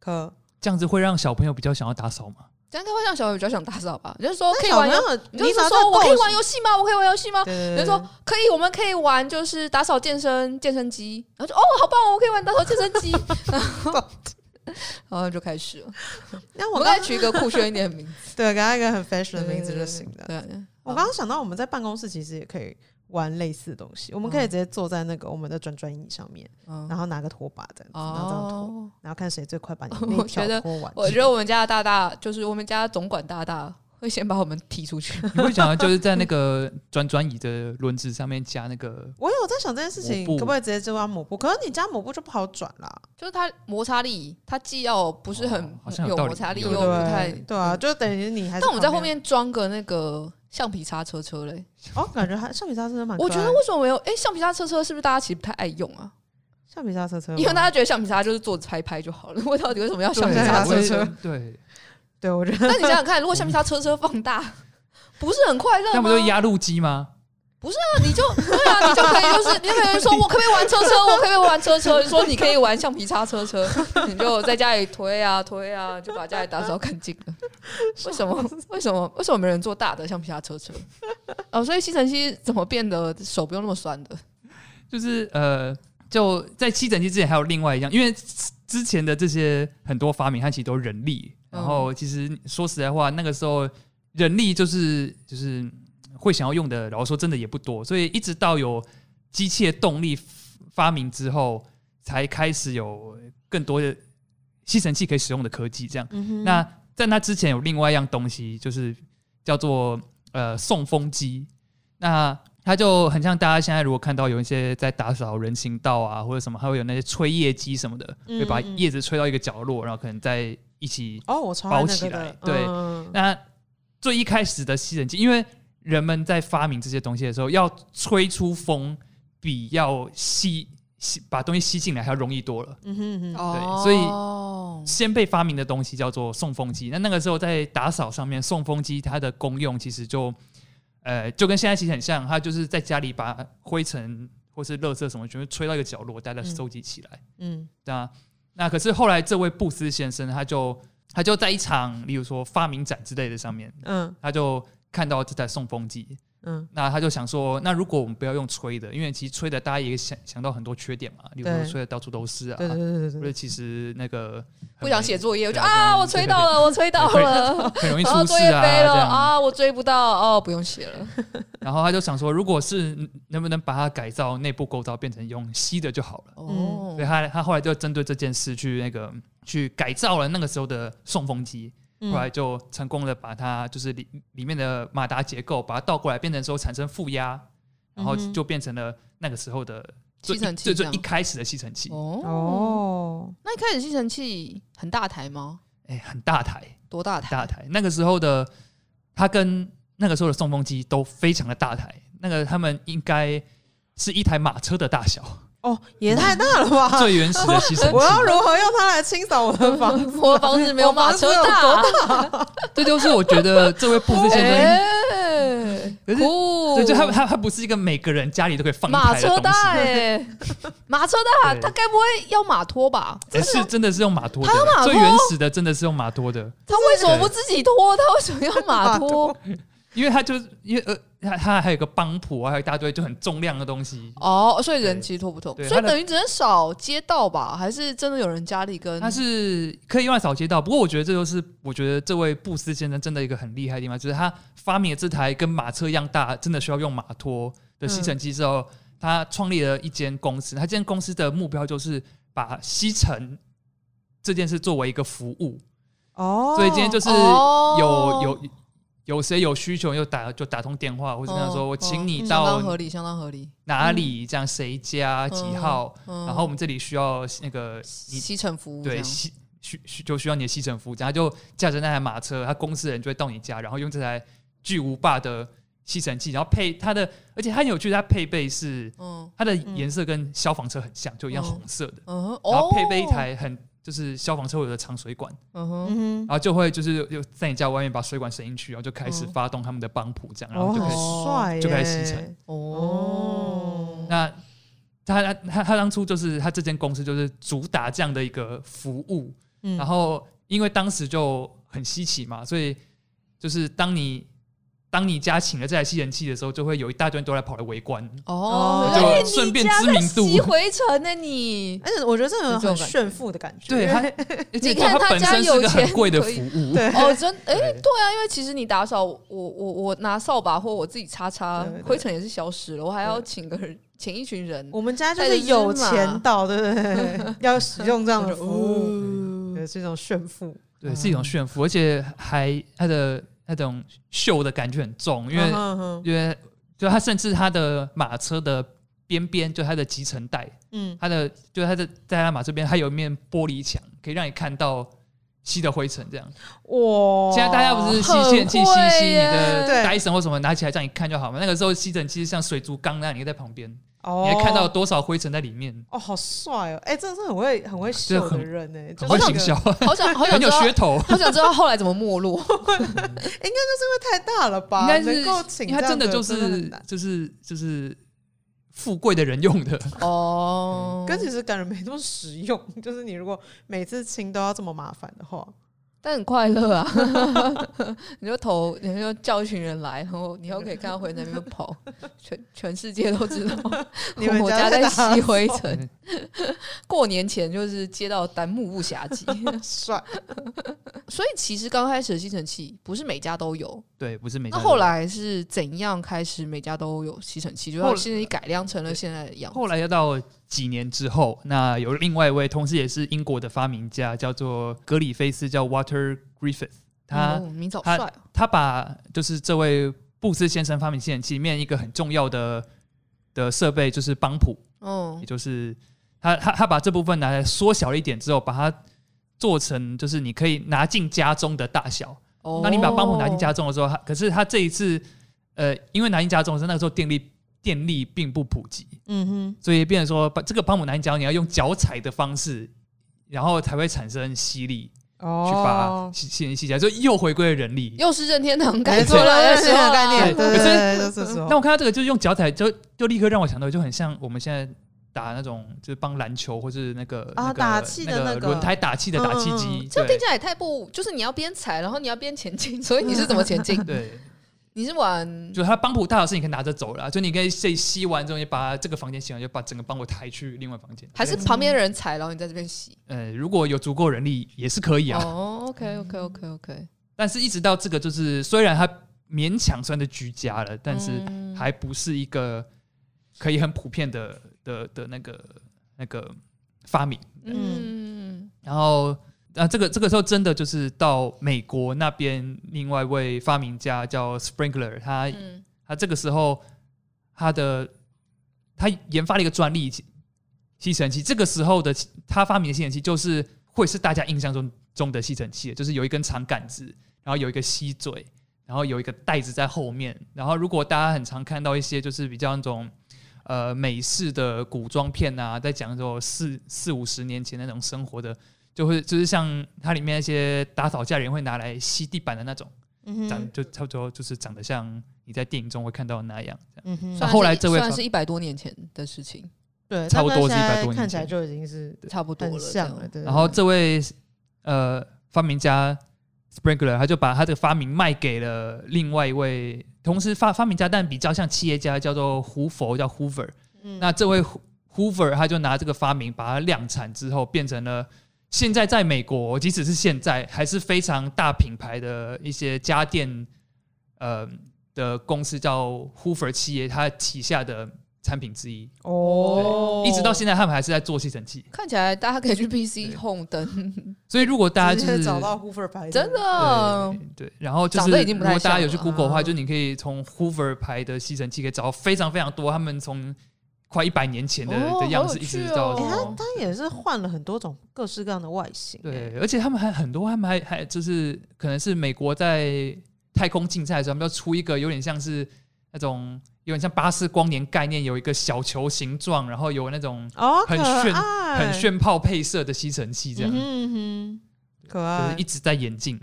[SPEAKER 1] 可，
[SPEAKER 2] 这样子会让小朋友比较想要打扫 吗？
[SPEAKER 3] 这样应该会让小朋友比较想打扫吧？就是说
[SPEAKER 1] 那
[SPEAKER 3] 可以
[SPEAKER 1] 小
[SPEAKER 3] 玩
[SPEAKER 1] 朋
[SPEAKER 3] 游，
[SPEAKER 1] 友，
[SPEAKER 3] 你
[SPEAKER 1] 你
[SPEAKER 3] 就
[SPEAKER 1] 只要在
[SPEAKER 3] 是说我可以
[SPEAKER 1] 斗
[SPEAKER 3] 玩游戏吗？我可以玩游戏吗？
[SPEAKER 1] 对
[SPEAKER 3] 比如说可以，我们可以玩就是打扫健身健身机，然后就哦，好棒哦，我可以玩打扫健身机， 然后就开始了。
[SPEAKER 1] 那
[SPEAKER 3] 我
[SPEAKER 1] 我
[SPEAKER 3] 们
[SPEAKER 1] 刚
[SPEAKER 3] 该取一个酷炫一点的名字，
[SPEAKER 1] 对给他一个很 fashion 的名字就行了。
[SPEAKER 3] 对对，对
[SPEAKER 1] 我刚刚想到，我们在办公室其实也可以玩类似的东西，我们
[SPEAKER 3] 嗯
[SPEAKER 1] 可以直接坐在那个我们的转转椅上面，
[SPEAKER 3] 嗯
[SPEAKER 1] 然后拿个拖把这样子，然后这样拖，
[SPEAKER 3] 哦，
[SPEAKER 1] 然后看谁最快把你
[SPEAKER 3] 我
[SPEAKER 1] 那
[SPEAKER 3] 觉
[SPEAKER 1] 条
[SPEAKER 3] 得
[SPEAKER 1] 拖完。
[SPEAKER 3] 我觉得我们家的大大就是我们家总管大大 会先把我们踢出去，
[SPEAKER 2] 你会想要就是在那个转转椅的轮子上面加那个
[SPEAKER 1] 我有在想这件事情，
[SPEAKER 2] 抹布
[SPEAKER 1] 可不可以直接就玩抹布？可是你家抹布 就不好转啦，
[SPEAKER 3] 就是他摩擦力，他既要不是很
[SPEAKER 2] 哦好像有
[SPEAKER 3] 有
[SPEAKER 2] 道理
[SPEAKER 3] 摩擦力，
[SPEAKER 2] 有
[SPEAKER 3] 又
[SPEAKER 1] 对
[SPEAKER 2] 我
[SPEAKER 1] 不
[SPEAKER 3] 不太嗯
[SPEAKER 1] 对？对啊，就等于你还是
[SPEAKER 3] 但我们在后
[SPEAKER 1] 旁边
[SPEAKER 3] 面装个那个橡皮擦车车嘞，
[SPEAKER 1] 哦，感觉还橡皮擦车车蛮可爱
[SPEAKER 3] 我
[SPEAKER 1] 的，
[SPEAKER 3] 觉得为什么没有？哎、橡皮擦车车是不是大家其实不太爱用啊？
[SPEAKER 1] 橡皮擦车
[SPEAKER 2] 嗯
[SPEAKER 1] 车吗，
[SPEAKER 3] 因为大家觉得橡皮擦就是坐着拍拍就好了， 我到底为什么要橡
[SPEAKER 1] 对
[SPEAKER 3] 皮擦
[SPEAKER 2] 我
[SPEAKER 3] 车
[SPEAKER 2] 也
[SPEAKER 1] 车
[SPEAKER 3] 车？
[SPEAKER 2] 对，
[SPEAKER 1] 对我觉 得
[SPEAKER 3] 那你想想看，如果橡皮擦车车放大， 不是很快乐
[SPEAKER 2] 那不
[SPEAKER 3] 吗？
[SPEAKER 2] 就是压路机吗？
[SPEAKER 3] 那你就对啊，你就可以就是，你就可以说我可不可以玩车车？我可不可以玩车车？说你可以玩橡皮擦车车， 你就在家里推啊推啊，就把家里打扫干净 了。为什么？为什么？为什么没人做大的橡皮擦车车？哦，所以吸尘器怎么变得手不用那么酸的？
[SPEAKER 2] 就是呃，就在吸尘器之前还有另外一样，因为之前的这些很多发明，它其实都是人力。然后其实说实在话，那个时候人力就是就是会想要用的，然后说真的也不多，所以一直到有机械动力发明之后，才开始有更多的吸尘器可以使用的科技。这样，
[SPEAKER 1] 嗯
[SPEAKER 3] 嗯
[SPEAKER 2] 那在那之前有另外一样东西，就是叫做呃送风机。那它就很像大家现在如果看到有一些在打扫人行道啊或者什么，还会有那些吹叶机什么的，
[SPEAKER 1] 嗯
[SPEAKER 2] 会把
[SPEAKER 1] 嗯
[SPEAKER 2] 叶子吹到一个角落，然后可能在一起。
[SPEAKER 1] 哦，我超爱那个
[SPEAKER 2] 包起来
[SPEAKER 1] 的，
[SPEAKER 2] 对
[SPEAKER 1] 嗯
[SPEAKER 2] 那最一开始的吸尘器，因为人们在发明这些东西的时候，要吹出风比要吸吸把东西吸进来还要容易多了。
[SPEAKER 1] 嗯哼嗯哼，
[SPEAKER 2] 对
[SPEAKER 3] 哦
[SPEAKER 2] 所以
[SPEAKER 3] 以
[SPEAKER 2] 先被发明的东西叫做送风机。那那个时候在打扫上面，送风机它的功用其实就，呃，就跟现在其实很像，它就是在家里把灰尘或是垃圾什么全部吹到一个角落，大家
[SPEAKER 1] 嗯
[SPEAKER 2] 收集起来。
[SPEAKER 1] 嗯
[SPEAKER 2] 那那可是后来这位布斯先生，他就他就在一场，例如说发明展之类的上面，
[SPEAKER 1] 嗯
[SPEAKER 2] 他就看到这台送风机，
[SPEAKER 1] 嗯，
[SPEAKER 2] 那他就想说，那如果我们不要用吹的，因为其实吹的大家也想想到很多缺点嘛，例如说
[SPEAKER 1] 对
[SPEAKER 2] 吹的到处都是啊，
[SPEAKER 1] 对对
[SPEAKER 2] 或
[SPEAKER 1] 对对
[SPEAKER 2] 者
[SPEAKER 1] 对
[SPEAKER 2] 其实那个很
[SPEAKER 3] 不想
[SPEAKER 2] 没
[SPEAKER 3] 写作业，我
[SPEAKER 2] 对
[SPEAKER 3] 就
[SPEAKER 2] 啊
[SPEAKER 3] 啊，
[SPEAKER 2] 对
[SPEAKER 3] 我吹到了，我吹到了，
[SPEAKER 2] 很容易
[SPEAKER 3] 然后
[SPEAKER 2] 出
[SPEAKER 3] 作
[SPEAKER 2] 事
[SPEAKER 3] 业
[SPEAKER 2] 啊，
[SPEAKER 3] 哦飞
[SPEAKER 2] 这
[SPEAKER 3] 了
[SPEAKER 2] 样。
[SPEAKER 3] 啊，我追不到哦，不用写了。
[SPEAKER 2] 然后他就想说，如果是能不能把它改造内部构造变成用吸的就好了。
[SPEAKER 3] 哦
[SPEAKER 2] 所以，他他后来就针对这件事去那个去改造了那个时候的送风机，
[SPEAKER 1] 对，
[SPEAKER 3] 嗯
[SPEAKER 2] 后来就成功的把它就是里里面的马达结构把它倒过来，变成说产生负压，然后
[SPEAKER 1] 嗯哼
[SPEAKER 2] 就变成了那个时候的最
[SPEAKER 3] 吸尘器
[SPEAKER 2] 最
[SPEAKER 3] 这
[SPEAKER 2] 最
[SPEAKER 3] 样
[SPEAKER 2] 一开始的吸尘器，
[SPEAKER 1] 嗯
[SPEAKER 3] 哦，
[SPEAKER 1] 哦，
[SPEAKER 3] 那一开始吸尘器很大台吗？
[SPEAKER 2] 哎，很大台
[SPEAKER 3] 多大
[SPEAKER 2] 很大
[SPEAKER 3] 台？
[SPEAKER 2] 台。那个时候的它跟那个时候的送风机都非常的大台，那个他们应该是一台马车的大小。
[SPEAKER 1] 哦，也太大了吧！
[SPEAKER 2] 最原始的吸
[SPEAKER 1] 啊
[SPEAKER 2] 尘器
[SPEAKER 1] 我。要如何用它来清扫我的房 子？
[SPEAKER 3] 我的房子没有马车大，
[SPEAKER 2] 这就是我觉得这位布斯先生，
[SPEAKER 3] 哎，
[SPEAKER 2] 可是
[SPEAKER 3] 酷
[SPEAKER 2] 对，就他他他不是一个每个人家里都可以放一
[SPEAKER 3] 马
[SPEAKER 2] 台的
[SPEAKER 3] 车
[SPEAKER 2] 东
[SPEAKER 3] 大
[SPEAKER 2] 西。
[SPEAKER 3] 哎，马车大，
[SPEAKER 2] 对
[SPEAKER 3] 他该不会要马拖吧？
[SPEAKER 2] 哎是真的是用马拖的
[SPEAKER 3] 他用马，拖
[SPEAKER 2] 最原始的真的是用马拖的，
[SPEAKER 3] 他为什么不自己拖？他为什么要马拖？
[SPEAKER 2] 因为他就是因为呃，他他还有个帮谱啊，还有一大堆就很重量的东西。
[SPEAKER 3] 哦，所以人
[SPEAKER 2] 对
[SPEAKER 3] 其实拖不动，
[SPEAKER 2] 对
[SPEAKER 3] 所以
[SPEAKER 2] 它的
[SPEAKER 3] 等于只能少街道吧？还是真的有人家里跟？
[SPEAKER 2] 他是可以用来扫街道，不过我觉得这就是我觉得这位布斯先生真的一个很厉害的地方，就是他发明了这台跟马车一样大，真的需要用马拖的吸尘机之后，他创立了一间公司。他这间公司的目标就是把吸尘这件事作为一个服务，
[SPEAKER 1] 哦，
[SPEAKER 2] 所以今天就是有、
[SPEAKER 3] 哦
[SPEAKER 2] 有有谁有需求就打就打通电话，或者跟他说、
[SPEAKER 3] 哦
[SPEAKER 2] 我请
[SPEAKER 1] 哦
[SPEAKER 2] 你
[SPEAKER 3] 相当合
[SPEAKER 2] 到
[SPEAKER 3] 理，相当合理。
[SPEAKER 2] 哪里，这样谁家几号，
[SPEAKER 3] 嗯
[SPEAKER 2] 然后我们这里需要那个你
[SPEAKER 3] 吸尘服务这
[SPEAKER 2] 对
[SPEAKER 3] 样
[SPEAKER 2] 吸需需就需要你的吸尘服务，然后就驾着那台马车，他公司的人就会到你家，然后用这台巨无霸的吸尘器，然后配它的，而且它很有趣，它配备是
[SPEAKER 3] 嗯
[SPEAKER 2] 它的颜色跟消防车很像，就一样红色的，
[SPEAKER 3] 嗯哼，
[SPEAKER 2] 然后
[SPEAKER 3] 哦，
[SPEAKER 2] 配备一，台很就是消防车会有的长水管，
[SPEAKER 3] 嗯哼，
[SPEAKER 1] 嗯
[SPEAKER 2] 然后就会就是又在你家外面把水管伸进去，然后就开始
[SPEAKER 3] 嗯
[SPEAKER 2] 发动他们的
[SPEAKER 3] 哦
[SPEAKER 2] 帮浦这样，
[SPEAKER 1] 哼，
[SPEAKER 2] 然后就开始、
[SPEAKER 1] 哦，好帅耶，
[SPEAKER 2] 就开始吸尘
[SPEAKER 3] 哦，
[SPEAKER 2] 那他他他他当初就是他这间公司就是主打这样的一个服务，
[SPEAKER 1] 嗯
[SPEAKER 2] 然后因为当时就很稀奇嘛，所以就是当你当你家请了这台吸尘器的时候，就会有一大堆人都来跑来围观，
[SPEAKER 1] 哦
[SPEAKER 2] 就
[SPEAKER 3] 哎
[SPEAKER 2] 顺便
[SPEAKER 3] 你家
[SPEAKER 2] 知名度
[SPEAKER 3] 在洗回城呢、 你
[SPEAKER 1] 而且哎我觉得这种有
[SPEAKER 3] 是这
[SPEAKER 1] 很
[SPEAKER 3] 种感觉
[SPEAKER 1] 炫富的感觉。
[SPEAKER 2] 对他，而且
[SPEAKER 3] 哎你看
[SPEAKER 2] 它
[SPEAKER 3] 他
[SPEAKER 2] 本
[SPEAKER 3] 家
[SPEAKER 2] 身是
[SPEAKER 3] 有
[SPEAKER 2] 一个很
[SPEAKER 3] 钱
[SPEAKER 2] 贵的
[SPEAKER 3] 可以
[SPEAKER 2] 服务，
[SPEAKER 1] 对
[SPEAKER 3] 哦，真 哎、
[SPEAKER 2] 对
[SPEAKER 3] 对啊，因为其实你打扫，我我我拿扫把或我自己擦擦
[SPEAKER 1] 对对，对
[SPEAKER 3] 灰尘也是消失了，我还要请个人，请一群人，
[SPEAKER 1] 我们家就是有钱到，对不 对？要使用这样的服
[SPEAKER 3] 哦
[SPEAKER 1] 务，
[SPEAKER 3] 务
[SPEAKER 1] 对，是一种炫富。
[SPEAKER 2] 对，是一种炫富，而且还它的那种秀的感觉很重，因为、
[SPEAKER 1] 嗯哼哼
[SPEAKER 2] 因为就它甚至它的马车的边边，就它的集成带，
[SPEAKER 1] 嗯，
[SPEAKER 2] 它的就它的在它马这边，它有一面玻璃墙，可以让你看到吸的灰尘。这样，
[SPEAKER 1] 哇！
[SPEAKER 2] 现在大家不是吸
[SPEAKER 3] 很
[SPEAKER 2] 尘器吸
[SPEAKER 3] 会
[SPEAKER 2] 吸你的
[SPEAKER 3] 哦耶
[SPEAKER 1] 对
[SPEAKER 2] Dyson 或什么，拿起来这样一看就好嘛。那个时候吸尘器是像水族缸那样，你在旁边，
[SPEAKER 1] 哦
[SPEAKER 2] 你还看到多少灰尘在里面，
[SPEAKER 1] 哦，好帅哦！哎，真的是很会很会秀的人呢，就是
[SPEAKER 2] 很会
[SPEAKER 1] 那
[SPEAKER 2] 行
[SPEAKER 1] 个
[SPEAKER 2] 销，
[SPEAKER 3] 好想好想
[SPEAKER 2] 很
[SPEAKER 3] 知
[SPEAKER 2] 有
[SPEAKER 3] 道
[SPEAKER 2] 噱，头。
[SPEAKER 3] 好想知道后来怎么没落。
[SPEAKER 1] 太大了吧？
[SPEAKER 2] 应该是
[SPEAKER 1] 能够请
[SPEAKER 2] 因为它
[SPEAKER 1] 这样
[SPEAKER 2] 真的就
[SPEAKER 1] 真的很
[SPEAKER 2] 是
[SPEAKER 1] 难
[SPEAKER 2] 就是就是富贵的人用的，嗯
[SPEAKER 3] 哦，
[SPEAKER 1] 跟其实感觉没那么实用， 就是你如果每次清都要这么麻烦的 话，
[SPEAKER 3] 但很快乐啊！ 你就投，你就叫一群人来，然后你又可以看到回在那边跑， 全全世界 都知道
[SPEAKER 1] 你们
[SPEAKER 3] 我
[SPEAKER 1] 家
[SPEAKER 3] 家在
[SPEAKER 1] 打
[SPEAKER 3] 吸灰尘。过年前就是接到单目不暇 接，
[SPEAKER 1] 帅
[SPEAKER 3] 所以其实刚开始的吸尘器不是每家都有。
[SPEAKER 2] 对，不是每家
[SPEAKER 3] 那
[SPEAKER 2] 都有。
[SPEAKER 3] 后来是怎样开始每家都有吸尘器？就
[SPEAKER 2] 后
[SPEAKER 3] 是
[SPEAKER 2] 来
[SPEAKER 3] 现在改良成了现在的样子。哦
[SPEAKER 2] 后来要到几年之后，那有另外一位，同时也是英国的发明家，叫做格里菲斯，叫 Water Griffith。他、
[SPEAKER 3] 哦名字好
[SPEAKER 2] 他
[SPEAKER 3] 帅哦
[SPEAKER 2] 他把就是这位布斯先生发明吸尘器里面一个很重要的的设备，就是邦普，也
[SPEAKER 3] 嗯，
[SPEAKER 2] 就是他他他把这部分拿来缩小了一点之后，把它做成就是你可以拿进家中的大小。
[SPEAKER 3] 哦
[SPEAKER 2] 那你把邦普拿进家中的时候，它可是它这一次，呃，因为拿进家中是那个时候电力电力并不普及，
[SPEAKER 1] 嗯哼，
[SPEAKER 2] 所以变成说把这个邦姆拿进家中，你要用脚踩的方式，然后才会产生吸力去把
[SPEAKER 1] 哦，
[SPEAKER 2] 吸吸吸起来，所以又回归了人力。
[SPEAKER 3] 又是任天堂改
[SPEAKER 1] 没
[SPEAKER 3] 出
[SPEAKER 1] 错
[SPEAKER 3] 来的
[SPEAKER 1] 任
[SPEAKER 3] 时
[SPEAKER 1] 天
[SPEAKER 3] 候
[SPEAKER 1] 堂
[SPEAKER 3] 啊
[SPEAKER 1] 概念，
[SPEAKER 2] 对
[SPEAKER 1] 对
[SPEAKER 2] 可
[SPEAKER 1] 对
[SPEAKER 2] 是
[SPEAKER 1] 对，就是这种
[SPEAKER 2] 那我看到这个，就是用脚踩，就就立刻让我想到，就很像我们现在打那种，就是帮篮球或是那个
[SPEAKER 1] 啊
[SPEAKER 2] 那个
[SPEAKER 1] 打气的那
[SPEAKER 2] 那
[SPEAKER 1] 个
[SPEAKER 2] 轮胎打气的打
[SPEAKER 1] 嗯
[SPEAKER 2] 气
[SPEAKER 1] 嗯
[SPEAKER 2] 机，
[SPEAKER 3] 这
[SPEAKER 2] 对
[SPEAKER 3] 样听起来也太不，就是你要边踩，然后你要边前进， 所以你是怎么前 进？
[SPEAKER 2] 对，
[SPEAKER 3] 你是玩
[SPEAKER 2] 就它邦普大小是你可以拿着走了，就你可以吸吸完之后，你把这个房间吸完，就把整个邦普抬去另外房间。
[SPEAKER 3] 还是旁边的人踩，然后你在这边 洗？
[SPEAKER 2] 呃，如果有足够人力也是可以啊。
[SPEAKER 3] 哦，OK OK OK OK，
[SPEAKER 2] 但是一直到这个，就是虽然它勉强算是居家了，但是
[SPEAKER 3] 嗯
[SPEAKER 2] 还不是一个可以很普遍的的的那个那个发明。
[SPEAKER 3] 嗯，
[SPEAKER 2] 然后啊，这个这个时候真的就是到美国那边，另外一位发明家叫 Sprinkler，他、
[SPEAKER 3] 嗯
[SPEAKER 2] 他这个时候他的他研发了一个专利吸吸尘器，这个时候的他发明的吸尘器就是会是大家印象中中的吸尘器，就是有一根长杆子，然后有一个吸嘴，然后有一个袋子在后面，然后如果大家很常看到一些就是比较那种。呃，美式的古装片啊，在讲说四四五十年前那种生活的，就会就是像它里面那些打扫家人会拿来吸地板的那种，
[SPEAKER 1] 嗯
[SPEAKER 2] 长
[SPEAKER 1] 哼，
[SPEAKER 2] 就差不多就是长得像你在电影中会看到的那样。这样
[SPEAKER 1] 嗯哼
[SPEAKER 3] 虽，然
[SPEAKER 2] 后来
[SPEAKER 3] 是
[SPEAKER 2] 这位
[SPEAKER 3] 虽然
[SPEAKER 2] 发
[SPEAKER 3] 是一百多年前的事情，
[SPEAKER 1] 对，
[SPEAKER 2] 差不多
[SPEAKER 1] 但
[SPEAKER 2] 是
[SPEAKER 1] 现
[SPEAKER 2] 100
[SPEAKER 1] 在
[SPEAKER 2] 多年
[SPEAKER 1] 看起来
[SPEAKER 2] 前
[SPEAKER 1] 就已经是
[SPEAKER 3] 差不多
[SPEAKER 1] 很
[SPEAKER 3] 了，
[SPEAKER 1] 像
[SPEAKER 3] 这
[SPEAKER 1] 了，
[SPEAKER 3] 样
[SPEAKER 1] 对。
[SPEAKER 2] 然后这位呃发明家 Sprinkler 他就把他的发明卖给了另外一位，同时发发明家但比较像企业家，叫做胡佛，叫 Hoover。
[SPEAKER 1] 嗯
[SPEAKER 2] 那这位 Ho- Hoover 他就拿这个发明把它量产之后，变成了。现在在美国，即使是现在，还是非常大品牌的一些家电，呃的公司叫 Hoover 企业，它旗下的产品之一。
[SPEAKER 1] 哦，
[SPEAKER 2] 一直到现在他们还是在做吸尘器。
[SPEAKER 3] 看起来大家可以去 PC
[SPEAKER 2] 对
[SPEAKER 3] Home 登，
[SPEAKER 2] 所以如果大家就
[SPEAKER 1] 直
[SPEAKER 2] 是
[SPEAKER 1] 接找到 Hoover 牌
[SPEAKER 3] 真的
[SPEAKER 2] 对对，然后就是
[SPEAKER 3] 嗯长得已经不
[SPEAKER 2] 如
[SPEAKER 3] 太
[SPEAKER 2] 果大家
[SPEAKER 3] 像
[SPEAKER 2] 有去
[SPEAKER 3] 了
[SPEAKER 2] Google 的话，
[SPEAKER 3] 啊
[SPEAKER 2] 就你可以从 Hoover 牌的吸尘器可以找到非常非常多，他们从快一百年前的
[SPEAKER 3] 哦
[SPEAKER 2] 的样
[SPEAKER 3] 好
[SPEAKER 2] 子
[SPEAKER 3] 有
[SPEAKER 2] 一直
[SPEAKER 3] 趣
[SPEAKER 2] 到
[SPEAKER 3] 哦
[SPEAKER 1] 哎、
[SPEAKER 3] 诶
[SPEAKER 1] 他他也是换了很多种各式各样的外形、哎，
[SPEAKER 2] 对，而且他们还很多，他们还还就是可能是美国在太空竞赛的时候，他们要出一个有点像是那种有点像巴斯光年概念，有一个小球形状，然后有那种
[SPEAKER 1] 哦，
[SPEAKER 2] 很
[SPEAKER 1] 可
[SPEAKER 2] 炫
[SPEAKER 3] 嗯
[SPEAKER 1] 爱
[SPEAKER 2] 很，炫炮配色的吸尘器，这样、
[SPEAKER 1] 嗯哼嗯哼可
[SPEAKER 2] 就是
[SPEAKER 1] 爱
[SPEAKER 2] 一。直在演进。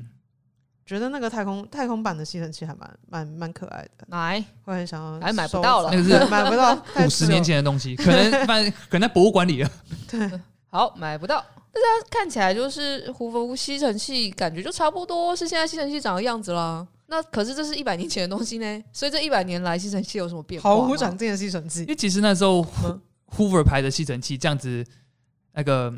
[SPEAKER 1] 觉得那个太空太空版的吸尘器还蛮蛮蛮可爱的，
[SPEAKER 3] 来，
[SPEAKER 1] 会很想要收。
[SPEAKER 3] 还买不到了
[SPEAKER 2] 那个是
[SPEAKER 1] 买不嗯到。太
[SPEAKER 2] 五十年
[SPEAKER 1] 久
[SPEAKER 2] 前的东西，可能 反可能在博物馆里了。
[SPEAKER 3] 好，买不到。但是它看起来就是胡佛吸尘器，感觉就差不多是现在吸尘器长的样子啦。那可是这是一百年前的东西呢，所以这一百年来吸尘器有什么变化吗？
[SPEAKER 1] 毫无长进的吸尘器
[SPEAKER 2] 因，为其实那时候
[SPEAKER 1] 嗯
[SPEAKER 2] Hoover 牌的吸尘器这样子，那个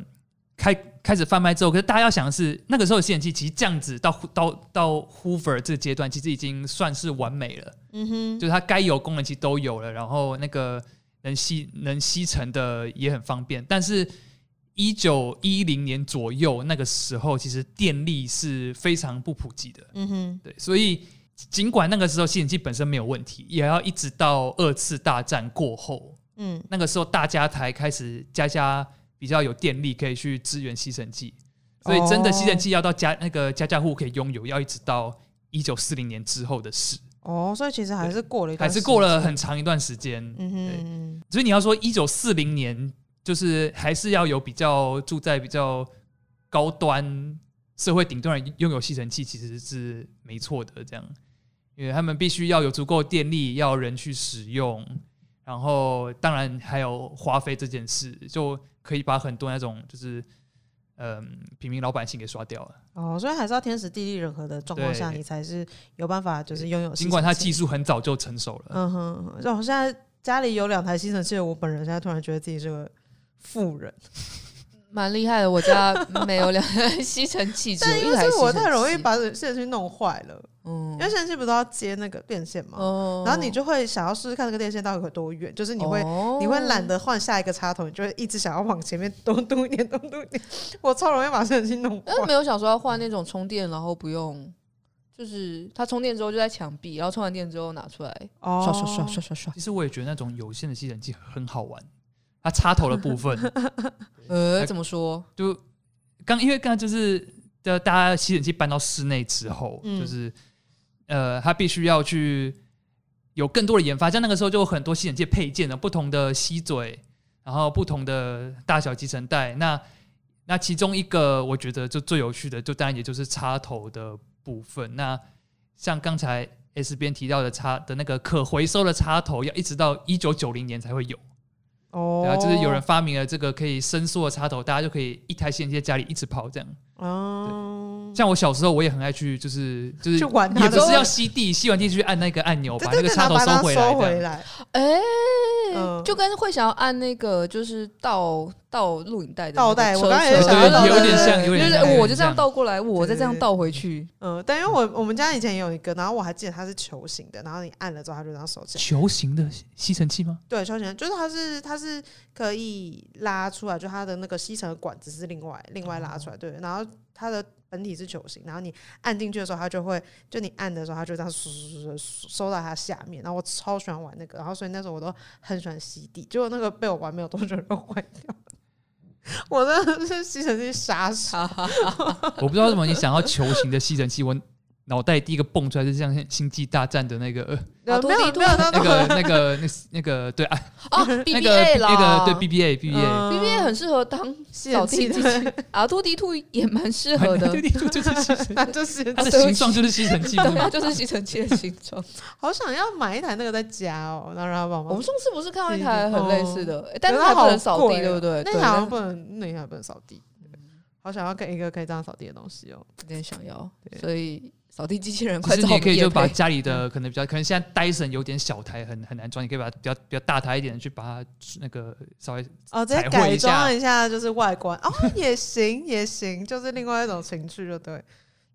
[SPEAKER 2] 开开始贩卖之后，可是大家要想的是，那个时候的吸尘器其实这样子到到到 Hoover 这个阶段，其实已经算是完美了，
[SPEAKER 1] 嗯哼，
[SPEAKER 2] 就是它该有功能其实都有了，然后那个能吸能吸尘的也很方便，但是。一九一零年左右，那个时候其实电力是非常不普及的，
[SPEAKER 1] 嗯哼，
[SPEAKER 2] 对，所以尽管那个时候吸尘器本身没有问题，也要一直到二次大战过后，
[SPEAKER 1] 嗯，
[SPEAKER 2] 那个时候大家才开始家家比较有电力可以去支援吸尘器，所以真的
[SPEAKER 1] 哦
[SPEAKER 2] 吸尘器要到家那个家家户户可以拥有，要一直到一九四零年之后的事，
[SPEAKER 1] 哦，所以其实还是过了一段，
[SPEAKER 2] 还是过，了很长一段时间。
[SPEAKER 1] 嗯哼
[SPEAKER 2] 对
[SPEAKER 1] 嗯
[SPEAKER 2] 所以你要说一九四零年，就是还是要有比较住在比较高端社会顶端的人拥有吸尘器，其实是没错的。这样，因为他们必须要有足够的电力，要有人去使用，然后当然还有花费这件事，就可以把很多那种就是嗯、平民老百姓给刷掉了。
[SPEAKER 1] 哼，哦，所以还是要天时地利人和的状况下，
[SPEAKER 2] 对
[SPEAKER 1] 你才是有办法就是拥有吸尘器。
[SPEAKER 2] 尽管它技术很早就成熟了，
[SPEAKER 1] 嗯哼，嗯哼然后现在家里有两台吸尘器，我本人现在突然觉得自己是个富人，
[SPEAKER 3] 蛮厉害的。我家没有两 吸尘器，只
[SPEAKER 1] 但
[SPEAKER 3] 有
[SPEAKER 1] 因
[SPEAKER 3] 一
[SPEAKER 1] 为
[SPEAKER 3] 台吸尘器。
[SPEAKER 1] 是我太容易把吸尘器弄坏了，
[SPEAKER 3] 嗯
[SPEAKER 1] 因为吸尘器不是要接那个电线嘛，
[SPEAKER 3] 哦
[SPEAKER 1] 然后你就会想要试试看那个电线到底有多远，就是你会。
[SPEAKER 3] 哦
[SPEAKER 1] 你会懒得换下一个插头，你就会一直想要往前面东嘟一点，东嘟一点。我超容易把吸尘器弄坏
[SPEAKER 3] 哎，。没有想说要换那种充电，然后不用，就是它充电之后就在墙壁，然后充完电之后拿出来，
[SPEAKER 1] 哦
[SPEAKER 3] 刷刷刷刷刷刷。
[SPEAKER 2] 其实我也觉得那种有线的吸尘器很好玩，它插头的部分。
[SPEAKER 3] 呃，怎么说？
[SPEAKER 2] 就刚因为刚刚就是的，大家吸尘器搬到室内之后，
[SPEAKER 1] 嗯
[SPEAKER 2] 就是呃，它必须要去有更多的研发，像那个时候就有很多吸尘器配件的不同的吸嘴，然后不同的大小集成带。那那其中一个我觉得就最有趣的，就当然也就是插头的部分。那像刚才 S 边提到的插的那个可回收的插头，要一直到一九九零年才会有。
[SPEAKER 1] 哦，
[SPEAKER 2] 对啊，就是有人发明了这个可以伸缩的插头，大家就可以一台吸尘器在家里一直跑这样。
[SPEAKER 1] 哦，
[SPEAKER 2] 像我小时候，我也很爱去，就是就是
[SPEAKER 1] 去玩它
[SPEAKER 2] 也不
[SPEAKER 1] 的
[SPEAKER 2] 是要吸地，吸完地去按那个按钮，
[SPEAKER 1] 对
[SPEAKER 2] 把
[SPEAKER 1] 对
[SPEAKER 2] 那个
[SPEAKER 1] 对，
[SPEAKER 2] 插
[SPEAKER 1] 然
[SPEAKER 2] 头
[SPEAKER 1] 后把它
[SPEAKER 2] 回来
[SPEAKER 1] 收
[SPEAKER 2] 这
[SPEAKER 1] 回
[SPEAKER 2] 样。
[SPEAKER 1] 来。
[SPEAKER 3] 哎、
[SPEAKER 1] 嗯
[SPEAKER 3] 就跟会想要按那个，就是倒倒录影带的那个
[SPEAKER 1] 倒带我
[SPEAKER 3] 车
[SPEAKER 1] 刚才也
[SPEAKER 3] 车
[SPEAKER 1] 想要
[SPEAKER 3] 对对
[SPEAKER 1] 有点
[SPEAKER 3] 对
[SPEAKER 2] 像
[SPEAKER 3] 对
[SPEAKER 2] 有点
[SPEAKER 3] 就是
[SPEAKER 2] 像
[SPEAKER 3] 我就这样倒过来，我再这
[SPEAKER 1] 对
[SPEAKER 3] 样
[SPEAKER 1] 对
[SPEAKER 3] 倒回去。
[SPEAKER 1] 嗯，但因为我我们家以前有一个，然后我还记得它是球形的，然后你按了之后它就这样收起来。
[SPEAKER 2] 球形的吸尘器吗？
[SPEAKER 1] 对，球形的就是它是它是可以拉出来，就它的那个吸尘的管子是另外另外拉
[SPEAKER 3] 哦
[SPEAKER 1] 出来，对，然后它的本体是球形，然后你按进去的时候，它就会就你按的时候，它就这样收收收收到它下面。然后我超喜欢玩那个，然后所以那时候我都很喜欢吸地，结果那个被我玩没有多久就坏掉了， 我真的是吸尘器杀手。
[SPEAKER 2] 我不知道为什么你想要球形的吸尘器，我脑袋第一个蹦出来就是像《星际大战》的那 个呃
[SPEAKER 1] 呃
[SPEAKER 3] 啊多
[SPEAKER 1] 没有
[SPEAKER 3] 地
[SPEAKER 1] 没有
[SPEAKER 3] 多
[SPEAKER 1] 到
[SPEAKER 2] 那个那个那那个对啊，
[SPEAKER 3] 啊
[SPEAKER 2] 那个
[SPEAKER 3] ，BBA 啦，
[SPEAKER 2] 那个对 BBA BBA。
[SPEAKER 1] 嗯
[SPEAKER 3] BBA 很适合当
[SPEAKER 1] 吸
[SPEAKER 3] 扫
[SPEAKER 1] 尘
[SPEAKER 3] 地
[SPEAKER 1] 器
[SPEAKER 3] 机
[SPEAKER 1] 的
[SPEAKER 3] 器， 啊，兔迪兔也蛮适 合的
[SPEAKER 2] 对。对对就是吸尘器
[SPEAKER 1] 它就是
[SPEAKER 2] 它的形状就是吸 尘器，
[SPEAKER 3] 对啊，就是吸尘器的形状。
[SPEAKER 1] 好想要买一台那个在家哦，然后让他帮
[SPEAKER 3] 我
[SPEAKER 1] 忙
[SPEAKER 3] 们。上次不是看到一台很类似的，诶但是
[SPEAKER 1] 哦可它
[SPEAKER 3] 它不
[SPEAKER 1] 好
[SPEAKER 3] 能扫
[SPEAKER 1] 贵哦
[SPEAKER 3] 地，对不对？
[SPEAKER 1] 那
[SPEAKER 3] 对
[SPEAKER 1] 台好像不能，那台不能扫地。好想要跟一个可以这样扫地的东西哦。
[SPEAKER 3] 有点想要，
[SPEAKER 1] 对
[SPEAKER 3] 所以扫地机器人
[SPEAKER 2] 其
[SPEAKER 3] 快
[SPEAKER 2] 实
[SPEAKER 3] 找
[SPEAKER 2] 你
[SPEAKER 3] 我
[SPEAKER 2] 也
[SPEAKER 3] 们
[SPEAKER 2] 可以
[SPEAKER 3] 业
[SPEAKER 2] 就把
[SPEAKER 3] 配
[SPEAKER 2] 家里的可能比较，可能现在 Dyson 有点小台，很很难装，你可以把它比较比较大台一点的去把它那个稍微
[SPEAKER 1] 哦，直接
[SPEAKER 2] 彩绘
[SPEAKER 1] 改
[SPEAKER 2] 一下
[SPEAKER 1] 装一下就是外观哦， 也行也行，就是另外一种情趣就对。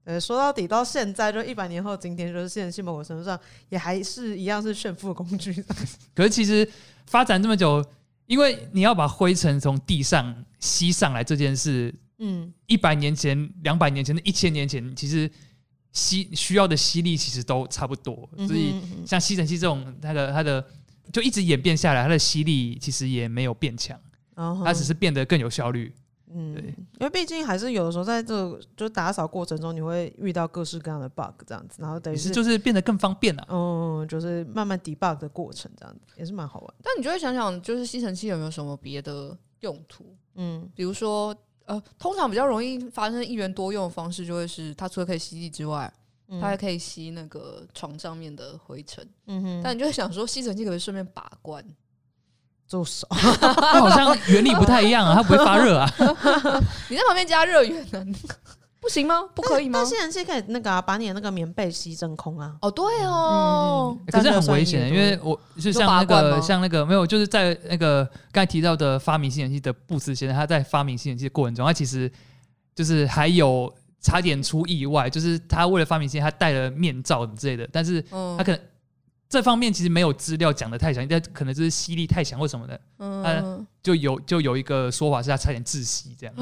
[SPEAKER 1] 呃，说到底，到现在就一百年后，今天就是现在某个程度上也还是一样是炫富的工具。
[SPEAKER 2] 可是其实发展这么久，因为你要把灰尘从地上吸上来这件事，
[SPEAKER 1] 嗯，
[SPEAKER 2] 一百年前、两百年前、一千年前，其实吸需要的吸力其实都差不多，所以
[SPEAKER 1] 嗯哼嗯哼
[SPEAKER 2] 像吸尘器这种，它的它的就一直演变下来，它的吸力其实也没有变强，
[SPEAKER 1] 然后
[SPEAKER 2] 它只是变得更有效率。
[SPEAKER 1] 嗯
[SPEAKER 2] 对，
[SPEAKER 1] 因为毕竟还是有的时候在这个就打扫过程中，你会遇到各式各样的 bug 这样子，然后等于
[SPEAKER 2] 也是
[SPEAKER 1] 是
[SPEAKER 2] 就是变得更方便了、啊
[SPEAKER 1] 嗯，就是慢慢 debug 的过程这样子，也是蛮好玩的。
[SPEAKER 3] 但你就会想想，就是吸尘器有没有什么别的用途？
[SPEAKER 1] 嗯，
[SPEAKER 3] 比如说，呃，通常比较容易发生一元多用的方式，就会是它除了可以吸地之外，
[SPEAKER 1] 嗯
[SPEAKER 3] 它还可以吸那个床上面的灰尘。
[SPEAKER 1] 嗯哼，
[SPEAKER 3] 但你就会想说，吸尘器可不可以顺便把关？
[SPEAKER 1] 助手
[SPEAKER 2] 它好像原理不太一样啊，它不会发热啊。
[SPEAKER 3] 你在旁边加热源呢？不行吗？不 可以吗
[SPEAKER 1] 但？吸尘器可以那个、啊、把你的那个棉被吸真空啊。
[SPEAKER 3] 哦，对哦，
[SPEAKER 2] 欸可
[SPEAKER 1] 沾
[SPEAKER 2] 是
[SPEAKER 1] 热
[SPEAKER 2] 很
[SPEAKER 1] 水
[SPEAKER 2] 危
[SPEAKER 1] 也
[SPEAKER 2] 险的，因
[SPEAKER 1] 多
[SPEAKER 2] 为我就
[SPEAKER 3] 说
[SPEAKER 2] 像
[SPEAKER 3] 拔
[SPEAKER 2] 那
[SPEAKER 3] 罐吗
[SPEAKER 2] 个像那个没有，就是在那个刚才提到的发明吸尘器的布斯先生，他在发明吸尘器的过程中，他其实就是还有差点出意外，就是他为了发明吸尘器，他戴了面罩之类的，但是
[SPEAKER 3] 嗯
[SPEAKER 2] 他可能这方面其实没有资料讲的太详细，但可能就是吸力太强或什么的，
[SPEAKER 3] 嗯
[SPEAKER 2] 就有就有一个说法是他差点窒息这样。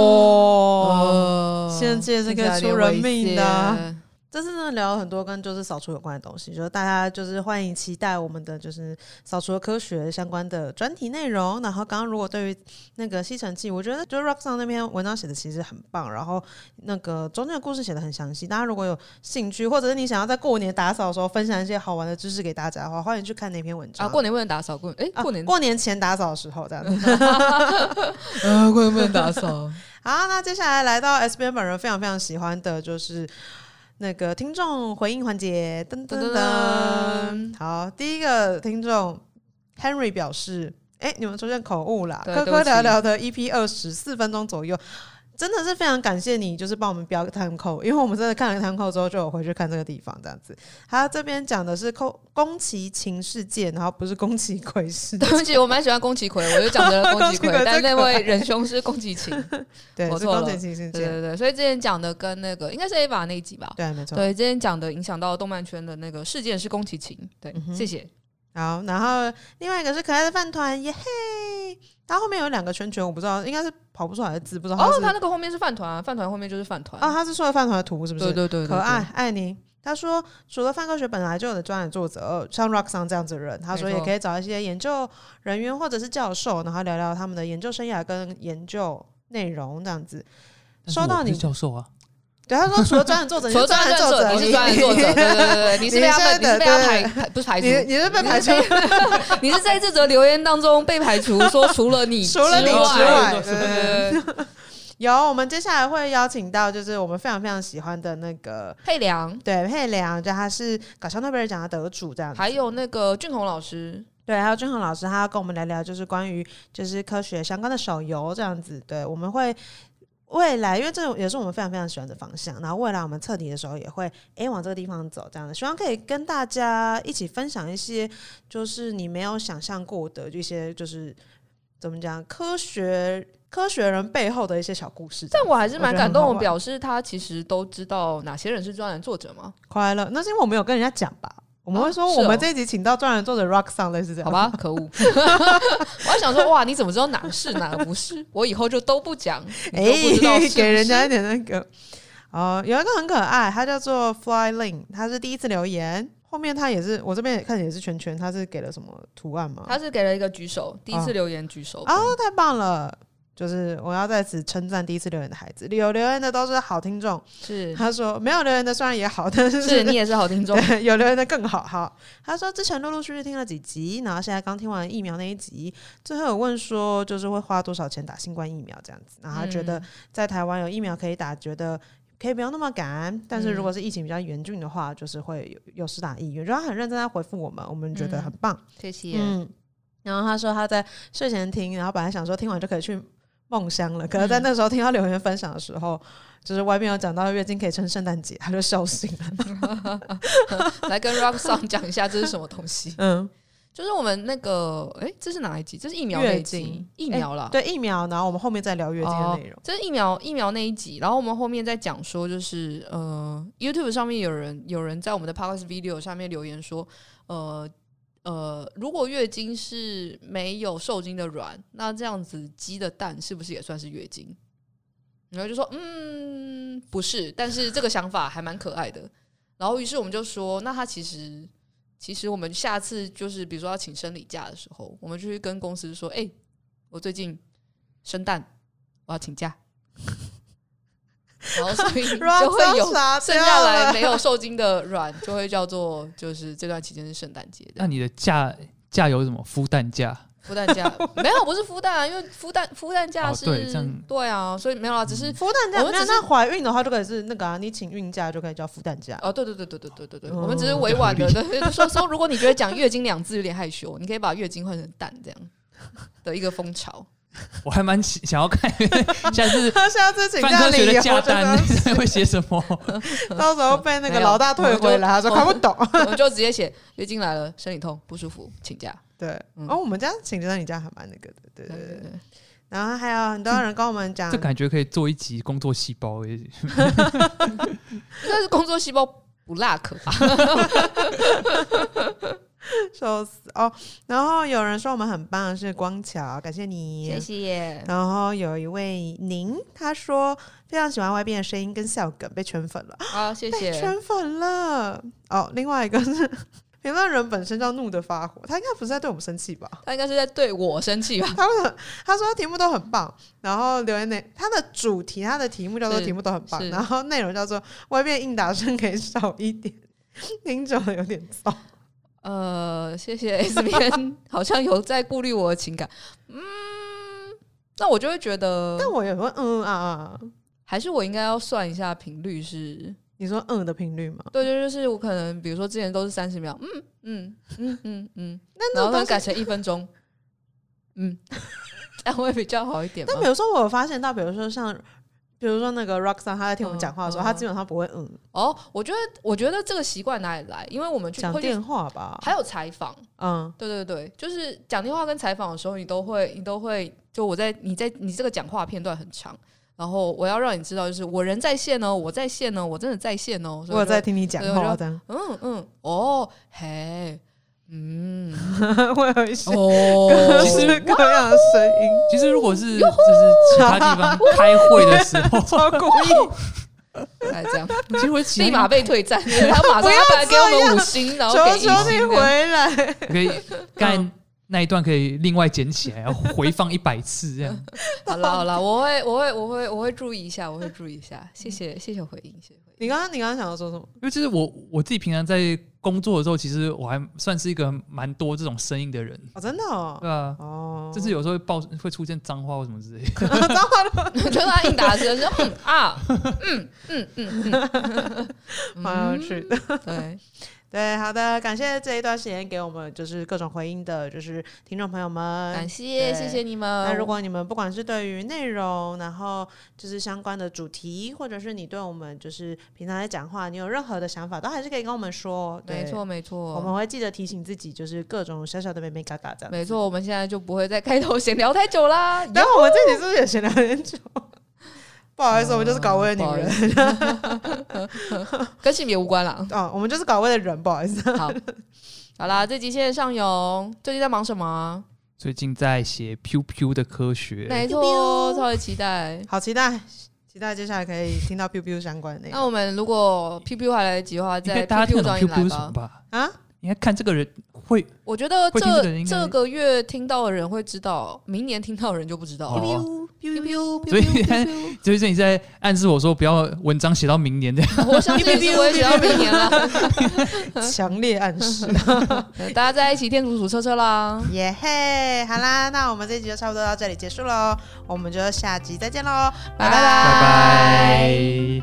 [SPEAKER 1] 哦，
[SPEAKER 3] 哦
[SPEAKER 1] 吸尘器也是可以
[SPEAKER 3] 听起来有
[SPEAKER 1] 出人
[SPEAKER 3] 点危
[SPEAKER 1] 命的啊
[SPEAKER 3] 险
[SPEAKER 1] 这次真的聊了很多跟就是扫除有关的东西，就是大家就是欢迎期待我们的就是扫除科学相关的专题内容。然后刚刚如果对于那个吸尘器，我觉得就是 Rock 上那篇文章写的其实很棒，然后那个中间的故事写的很详细。大家如果有兴趣，或者是你想要在过年打扫的时候分享一些好玩的知识给大家的话，欢迎去看那篇文章。
[SPEAKER 3] 啊！过年不能打扫，过哎，
[SPEAKER 1] 啊
[SPEAKER 3] 过年
[SPEAKER 1] 过年前打扫的时候这样子。
[SPEAKER 3] 啊，过年不能打扫。
[SPEAKER 1] 好，那接下来来到 S B N 本人非常非常喜欢的就是那个听众回应环节，噔噔
[SPEAKER 3] 噔噔
[SPEAKER 1] 噔。好，第一个听众 Henry 表示：“哎、你们出现口误啦，
[SPEAKER 3] 对
[SPEAKER 1] 科
[SPEAKER 3] 对不
[SPEAKER 1] 科
[SPEAKER 3] 起
[SPEAKER 1] 聊聊的 EP 二十四分钟左右。”真的是非常感谢你，就是帮我们标 time code，因为我们真的看了 time code 之后，就有回去看这个地方这样子。他这边讲的是宫宫崎勤事件，然后不是宫崎葵 事
[SPEAKER 3] 对
[SPEAKER 1] 件，
[SPEAKER 3] 不起，我蛮喜欢宫崎葵，我就讲成了宫崎
[SPEAKER 1] 宫
[SPEAKER 3] 葵
[SPEAKER 1] 崎葵，
[SPEAKER 3] 但
[SPEAKER 1] 真
[SPEAKER 3] 那
[SPEAKER 1] 可爱
[SPEAKER 3] 位仁兄是宫崎勤。
[SPEAKER 1] 对，
[SPEAKER 3] 我
[SPEAKER 1] 是
[SPEAKER 3] 错
[SPEAKER 1] 宫
[SPEAKER 3] 了
[SPEAKER 1] 崎勤事
[SPEAKER 3] 对
[SPEAKER 1] 件，
[SPEAKER 3] 对对，所以之前讲的跟那个应该是 Ava 那一集吧。
[SPEAKER 1] 对，没错。
[SPEAKER 3] 对，之前讲的影响到动漫圈的那个事件是宫崎勤。对，
[SPEAKER 1] 嗯哼
[SPEAKER 3] 谢谢。
[SPEAKER 1] 好，然后另外一个是可爱的饭团，耶嘿！它后面有两个圈圈，我不知道应该是跑不出来的字，不知道它
[SPEAKER 3] 哦，
[SPEAKER 1] 是
[SPEAKER 3] 他那个后面是饭团啊，饭团后面就是饭团。
[SPEAKER 1] 哦，它是说的饭团的图是不是？
[SPEAKER 3] 对对对，对
[SPEAKER 1] 可爱，爱你。他说，除了范科学本来就有的专栏作者，像 Rock 上这样子的人，他说
[SPEAKER 3] 没
[SPEAKER 1] 也
[SPEAKER 3] 错
[SPEAKER 1] 可以找一些研究人员或者是教授，然后聊聊他们的研究生涯跟研究内容这样子。
[SPEAKER 2] 但是
[SPEAKER 1] 收
[SPEAKER 2] 我
[SPEAKER 1] 到
[SPEAKER 2] 不是
[SPEAKER 1] 你，
[SPEAKER 2] 教授啊，
[SPEAKER 1] 对他说，除了专栏作者，你
[SPEAKER 3] 对。除
[SPEAKER 1] 是
[SPEAKER 3] 了专
[SPEAKER 1] 专
[SPEAKER 3] 栏
[SPEAKER 1] 作
[SPEAKER 3] 作者，你是专栏作者，对对 对对，你是被他
[SPEAKER 1] 你现在
[SPEAKER 3] 们，你
[SPEAKER 1] 的
[SPEAKER 3] 是被他
[SPEAKER 1] 对
[SPEAKER 3] 排排，不是排除
[SPEAKER 1] 你，你是被排除，
[SPEAKER 3] 你是在这则留言当中被排除，说除了 你，
[SPEAKER 1] 除了你之
[SPEAKER 3] 外，
[SPEAKER 1] 外，对嗯对
[SPEAKER 3] 对
[SPEAKER 1] 对
[SPEAKER 3] 对对，对
[SPEAKER 1] 有，我们接下来会邀请到就是我们非常非常喜欢的那个
[SPEAKER 3] 配良，
[SPEAKER 1] 对佩良，就他是搞笑诺贝尔奖的得主这样子。
[SPEAKER 3] 还有那个俊宏老师，
[SPEAKER 1] 对，还有俊恒老师，他要跟我们聊聊就是关于就是科学相关的手游这样子。对，我们会未来，因为这也是我们非常非常喜欢的方向。然后未来我们测题的时候也会诶往这个地方走这样子，希望可以跟大家一起分享一些就是你没有想象过的一些就是怎么讲科学科学人背后的一些小故事这
[SPEAKER 3] 但
[SPEAKER 1] 样。
[SPEAKER 3] 我还是蛮感动
[SPEAKER 1] 我觉得很好
[SPEAKER 3] 的，
[SPEAKER 1] 玩
[SPEAKER 3] 表示他其实都知道哪些人是专栏作者嘛，
[SPEAKER 1] 快乐，那是因为我们有跟人家讲吧。我们会说，
[SPEAKER 3] 哦
[SPEAKER 1] 我
[SPEAKER 3] 是
[SPEAKER 1] 们
[SPEAKER 3] 哦
[SPEAKER 1] 这一集请到专栏作者 Rock 上，类似这样。
[SPEAKER 3] 好 吧，可恶！ 我还想说，哇，你怎么知道哪是哪 不是？我以后就都不讲，
[SPEAKER 1] 哎、
[SPEAKER 3] 你就不知道是不是
[SPEAKER 1] 给人家一点那个。哦，有一个很可爱，他叫做 Fly Lin，他是第一次留言，后面他也是我这边也看也是圈圈，他是给了什么图案吗？
[SPEAKER 3] 他是给了一个举手，第一次留言举手。
[SPEAKER 1] 哦，太棒了！就是我要在此称赞第一次留言的孩子，有留言的都是好听众。
[SPEAKER 3] 是
[SPEAKER 1] 他说没有留言的虽然也好，但是
[SPEAKER 3] 是，你也是好听众。
[SPEAKER 1] 对，有留言的更好。好，他说之前陆陆续续听了几集，然后现在刚听完疫苗那一集，最后有问说就是会花多少钱打新冠疫苗这样子，啊然后他觉
[SPEAKER 3] 嗯
[SPEAKER 1] 得在台湾有疫苗可以打，觉得。可以不用那么赶，但是如果是疫情比较严峻的话，就是会有有施打意愿。然后他很认真在回复我们，我们觉得很棒。
[SPEAKER 3] 谢谢
[SPEAKER 1] 嗯，然后他说他在睡前听，然后本来想说听完就可以去梦乡了，可是在那时候听到留言分享的时候，就是外面有讲到月经可以撑圣诞节，他就笑醒了。。
[SPEAKER 3] 来跟 Rock Song 讲一下这是什么东西
[SPEAKER 1] 嗯，
[SPEAKER 3] 就是我们那个，哎，这是哪一集？这是疫苗那一集，疫苗啦。
[SPEAKER 1] 对疫苗，然后我们后面再聊月经的内容。
[SPEAKER 3] 哦这是疫苗疫苗那一集，然后我们后面再讲说，就是呃，YouTube 上面有人有人在我们的 Podcast Video 下面留言说，呃呃，如果月经是没有受精的卵，那这样子鸡的蛋是不是也算是月经？然后就说，嗯，不是，但是这个想法还蛮可爱的。然后于是我们就说，那他其实。其实我们下次就是，比如说要请生理假的时候，我们就去跟公司说：“哎、我最近生蛋，我要请假。 然后所以就会有剩下来没有受精的卵，就会叫做就是这段期间是圣诞节
[SPEAKER 2] 那
[SPEAKER 3] 的。
[SPEAKER 2] 你的假假有什么孵蛋假？
[SPEAKER 3] 孵蛋假没有，不是孵蛋啊，因为孵蛋孵蛋假
[SPEAKER 2] 哦
[SPEAKER 3] 是、
[SPEAKER 2] 对这样嗯
[SPEAKER 3] 对啊，所以没有啦，只是
[SPEAKER 1] 孵蛋假
[SPEAKER 3] 我们
[SPEAKER 1] 没有，
[SPEAKER 3] 只是
[SPEAKER 1] 那怀孕的话就可以是那个啊，你请孕假就可以叫孵蛋假。
[SPEAKER 3] 哦，对对对对对对对对，
[SPEAKER 1] 嗯
[SPEAKER 3] 我们只是委婉的对说说，如果你觉得讲月经两字有点害羞，你可以把月经换成蛋这样的一个风潮。
[SPEAKER 2] 我还蛮想想要看下次
[SPEAKER 1] 他下次请
[SPEAKER 2] 范
[SPEAKER 1] 假
[SPEAKER 2] 科学
[SPEAKER 1] 理
[SPEAKER 2] 的
[SPEAKER 1] 由
[SPEAKER 2] 假
[SPEAKER 1] 就
[SPEAKER 2] 单
[SPEAKER 1] 是
[SPEAKER 2] 会写什么？
[SPEAKER 1] 到时候被那个
[SPEAKER 3] 没有
[SPEAKER 1] 老大退回来，他说
[SPEAKER 3] 我
[SPEAKER 1] 看不懂。
[SPEAKER 3] 我们就直接写月经来了，生理痛不舒服，请假。
[SPEAKER 1] 对，
[SPEAKER 3] 嗯
[SPEAKER 1] 哦，我们家请假你家还蛮那个的，对
[SPEAKER 3] 对
[SPEAKER 1] 对
[SPEAKER 3] 对
[SPEAKER 1] 对。
[SPEAKER 3] 对，
[SPEAKER 1] 然后还有很多人跟我们讲
[SPEAKER 2] 这，感觉可以做一集工作细胞耶，
[SPEAKER 3] 但是工作细胞不辣可吧？
[SPEAKER 1] 笑死哦。然后有人说我们很棒，是光桥，感谢你，
[SPEAKER 3] 谢谢。
[SPEAKER 1] 然后有一位宁，他说非常喜欢 YB 的声音跟笑梗，被圈粉了，
[SPEAKER 3] 好，谢
[SPEAKER 1] 被
[SPEAKER 3] 谢。
[SPEAKER 1] 圈粉了。哦，另外一个是评论人本身叫怒的发火，他应该不是在对我们生气 吧？
[SPEAKER 3] 他应该是在对我生气吧？
[SPEAKER 1] 他为什么他说题目都很棒，然后留言内他的主题他的题目叫做
[SPEAKER 3] 是
[SPEAKER 1] 题目都很棒
[SPEAKER 3] 是，
[SPEAKER 1] 然后内容叫做外面应答声可以少一点， 听久了有点燥。
[SPEAKER 3] 嗯呃，谢谢 S 边，好像有在顾虑我的情感。嗯，那我就会觉得，
[SPEAKER 1] 但我也会嗯啊啊，
[SPEAKER 3] 还是我应该要算一下频率是。
[SPEAKER 1] 你说嗯的频率吗？
[SPEAKER 3] 对对，就是我可能比如说之前都是三十秒，嗯嗯嗯嗯嗯，
[SPEAKER 1] 那
[SPEAKER 3] 然后
[SPEAKER 1] 那
[SPEAKER 3] 呢
[SPEAKER 1] 种
[SPEAKER 3] 改成一分钟，嗯，这样会比较好一点吗
[SPEAKER 1] 但比？如说，我有发现到，比如说像，比如说那个 Roxanne，她在听我们讲话的时候，
[SPEAKER 3] 嗯嗯
[SPEAKER 1] 她基本上不会嗯
[SPEAKER 3] 哦，我觉得我觉得这个习惯哪里来？因为我们去
[SPEAKER 1] 讲
[SPEAKER 3] 会去
[SPEAKER 1] 电话吧，
[SPEAKER 3] 还有采访，
[SPEAKER 1] 嗯
[SPEAKER 3] 对对对，就是讲电话跟采访的时候，你都会你都会就我在你在你这个讲话片段很长。然后我要让你知道，就是我人在线哦，我在线哦，我真的在线哦。所以
[SPEAKER 1] 我有
[SPEAKER 3] 就
[SPEAKER 1] 在，听你讲
[SPEAKER 3] 对我
[SPEAKER 1] 话
[SPEAKER 3] 就
[SPEAKER 1] 这样，
[SPEAKER 3] 嗯嗯，哦嘿，嗯
[SPEAKER 1] 我有一些
[SPEAKER 3] 哦
[SPEAKER 1] 各，式各样的声 音，
[SPEAKER 2] 其实如果是就是其他地方开会的时候，
[SPEAKER 1] 超故意，
[SPEAKER 3] 来哎这样，
[SPEAKER 2] 其实我起
[SPEAKER 3] 立马被退战，他马上要来给我们五星，然后
[SPEAKER 1] 求
[SPEAKER 3] 给一
[SPEAKER 1] 求你
[SPEAKER 3] 星
[SPEAKER 1] 回
[SPEAKER 3] 这样。
[SPEAKER 1] 来，
[SPEAKER 2] 可以干那一段可以另外捡起来，然后回放一百次这样。
[SPEAKER 3] 好了好了，我会我会我会我会注意一下，我会注意一下，谢谢谢谢回应，谢谢回
[SPEAKER 1] 你刚刚你刚刚想要说什么？
[SPEAKER 2] 因为就是我我自己平常在工作的时候，其实我还算是一个蛮多这种声音的人，
[SPEAKER 1] 哦，真的哦，
[SPEAKER 2] 对啊，
[SPEAKER 1] 哦，
[SPEAKER 2] 就是有时候会爆会出现脏话或什么之类的。
[SPEAKER 3] 应。 就他应答的时候说嗯啊嗯嗯嗯 嗯，
[SPEAKER 1] 蛮有趣的。
[SPEAKER 3] 嗯对，
[SPEAKER 1] 对，好的，感谢这一段时间给我们就是各种回应的，就是听众朋友
[SPEAKER 2] 嗯
[SPEAKER 1] 们，
[SPEAKER 3] 感谢
[SPEAKER 1] 对
[SPEAKER 3] 谢谢你们。
[SPEAKER 1] 那如果你们不管是对于内容，然后就是相关的主题，或者是你对我们就是平常在讲话，你有任何的想法，都还是可以跟我们说。对
[SPEAKER 3] 没错，没
[SPEAKER 1] 我
[SPEAKER 3] 错。
[SPEAKER 1] 们会记得提醒自己，就是各种小小的美美嘎嘎这样。
[SPEAKER 3] 没错，我们现在就不会再开头闲聊太 久啦。
[SPEAKER 1] 然后我们这集是不是也闲聊很久？ 哦不好意思，我们就是搞位的女人
[SPEAKER 3] 人，跟性别无关啦。
[SPEAKER 1] 哦，我们就是搞位的人，不好意思。
[SPEAKER 3] 好，好啦，这集谢谢上游，最近在忙什么啊？
[SPEAKER 2] 最近在写 “pew pew” 的科学，
[SPEAKER 3] 没
[SPEAKER 1] ，biu
[SPEAKER 3] 错，超级期待。
[SPEAKER 1] 好期待，期待接下来可以听到 biu biu 相关的内
[SPEAKER 3] 那
[SPEAKER 1] 容
[SPEAKER 3] 我们如果 PPU 还来得及的话，
[SPEAKER 2] 应该
[SPEAKER 3] 再
[SPEAKER 2] 大家听
[SPEAKER 3] PPU
[SPEAKER 2] 得懂
[SPEAKER 3] 找你
[SPEAKER 2] “pew pew”
[SPEAKER 3] 来
[SPEAKER 2] 是什么
[SPEAKER 3] 吧。
[SPEAKER 2] 吧？
[SPEAKER 1] 啊。
[SPEAKER 2] 你看看这个人会
[SPEAKER 3] 我觉得
[SPEAKER 2] 会听这个
[SPEAKER 3] 这
[SPEAKER 2] 人应该
[SPEAKER 3] 这个月听到的人会知道，明年听到的人就不知道
[SPEAKER 2] 哦
[SPEAKER 3] 了。
[SPEAKER 1] biu biu biu biu
[SPEAKER 2] 所以
[SPEAKER 1] biu，
[SPEAKER 2] 就是你在暗示我说不要文章写到明年 这样。
[SPEAKER 3] 我相信也是不会写到明年了。
[SPEAKER 1] biu 强烈暗示。
[SPEAKER 3] 大家在一起天竺鼠车车啦，
[SPEAKER 1] 耶嘿，好啦，那我们这集就差不多到这里结束喽，我们就下集再见喽，拜
[SPEAKER 3] 拜
[SPEAKER 2] 拜拜。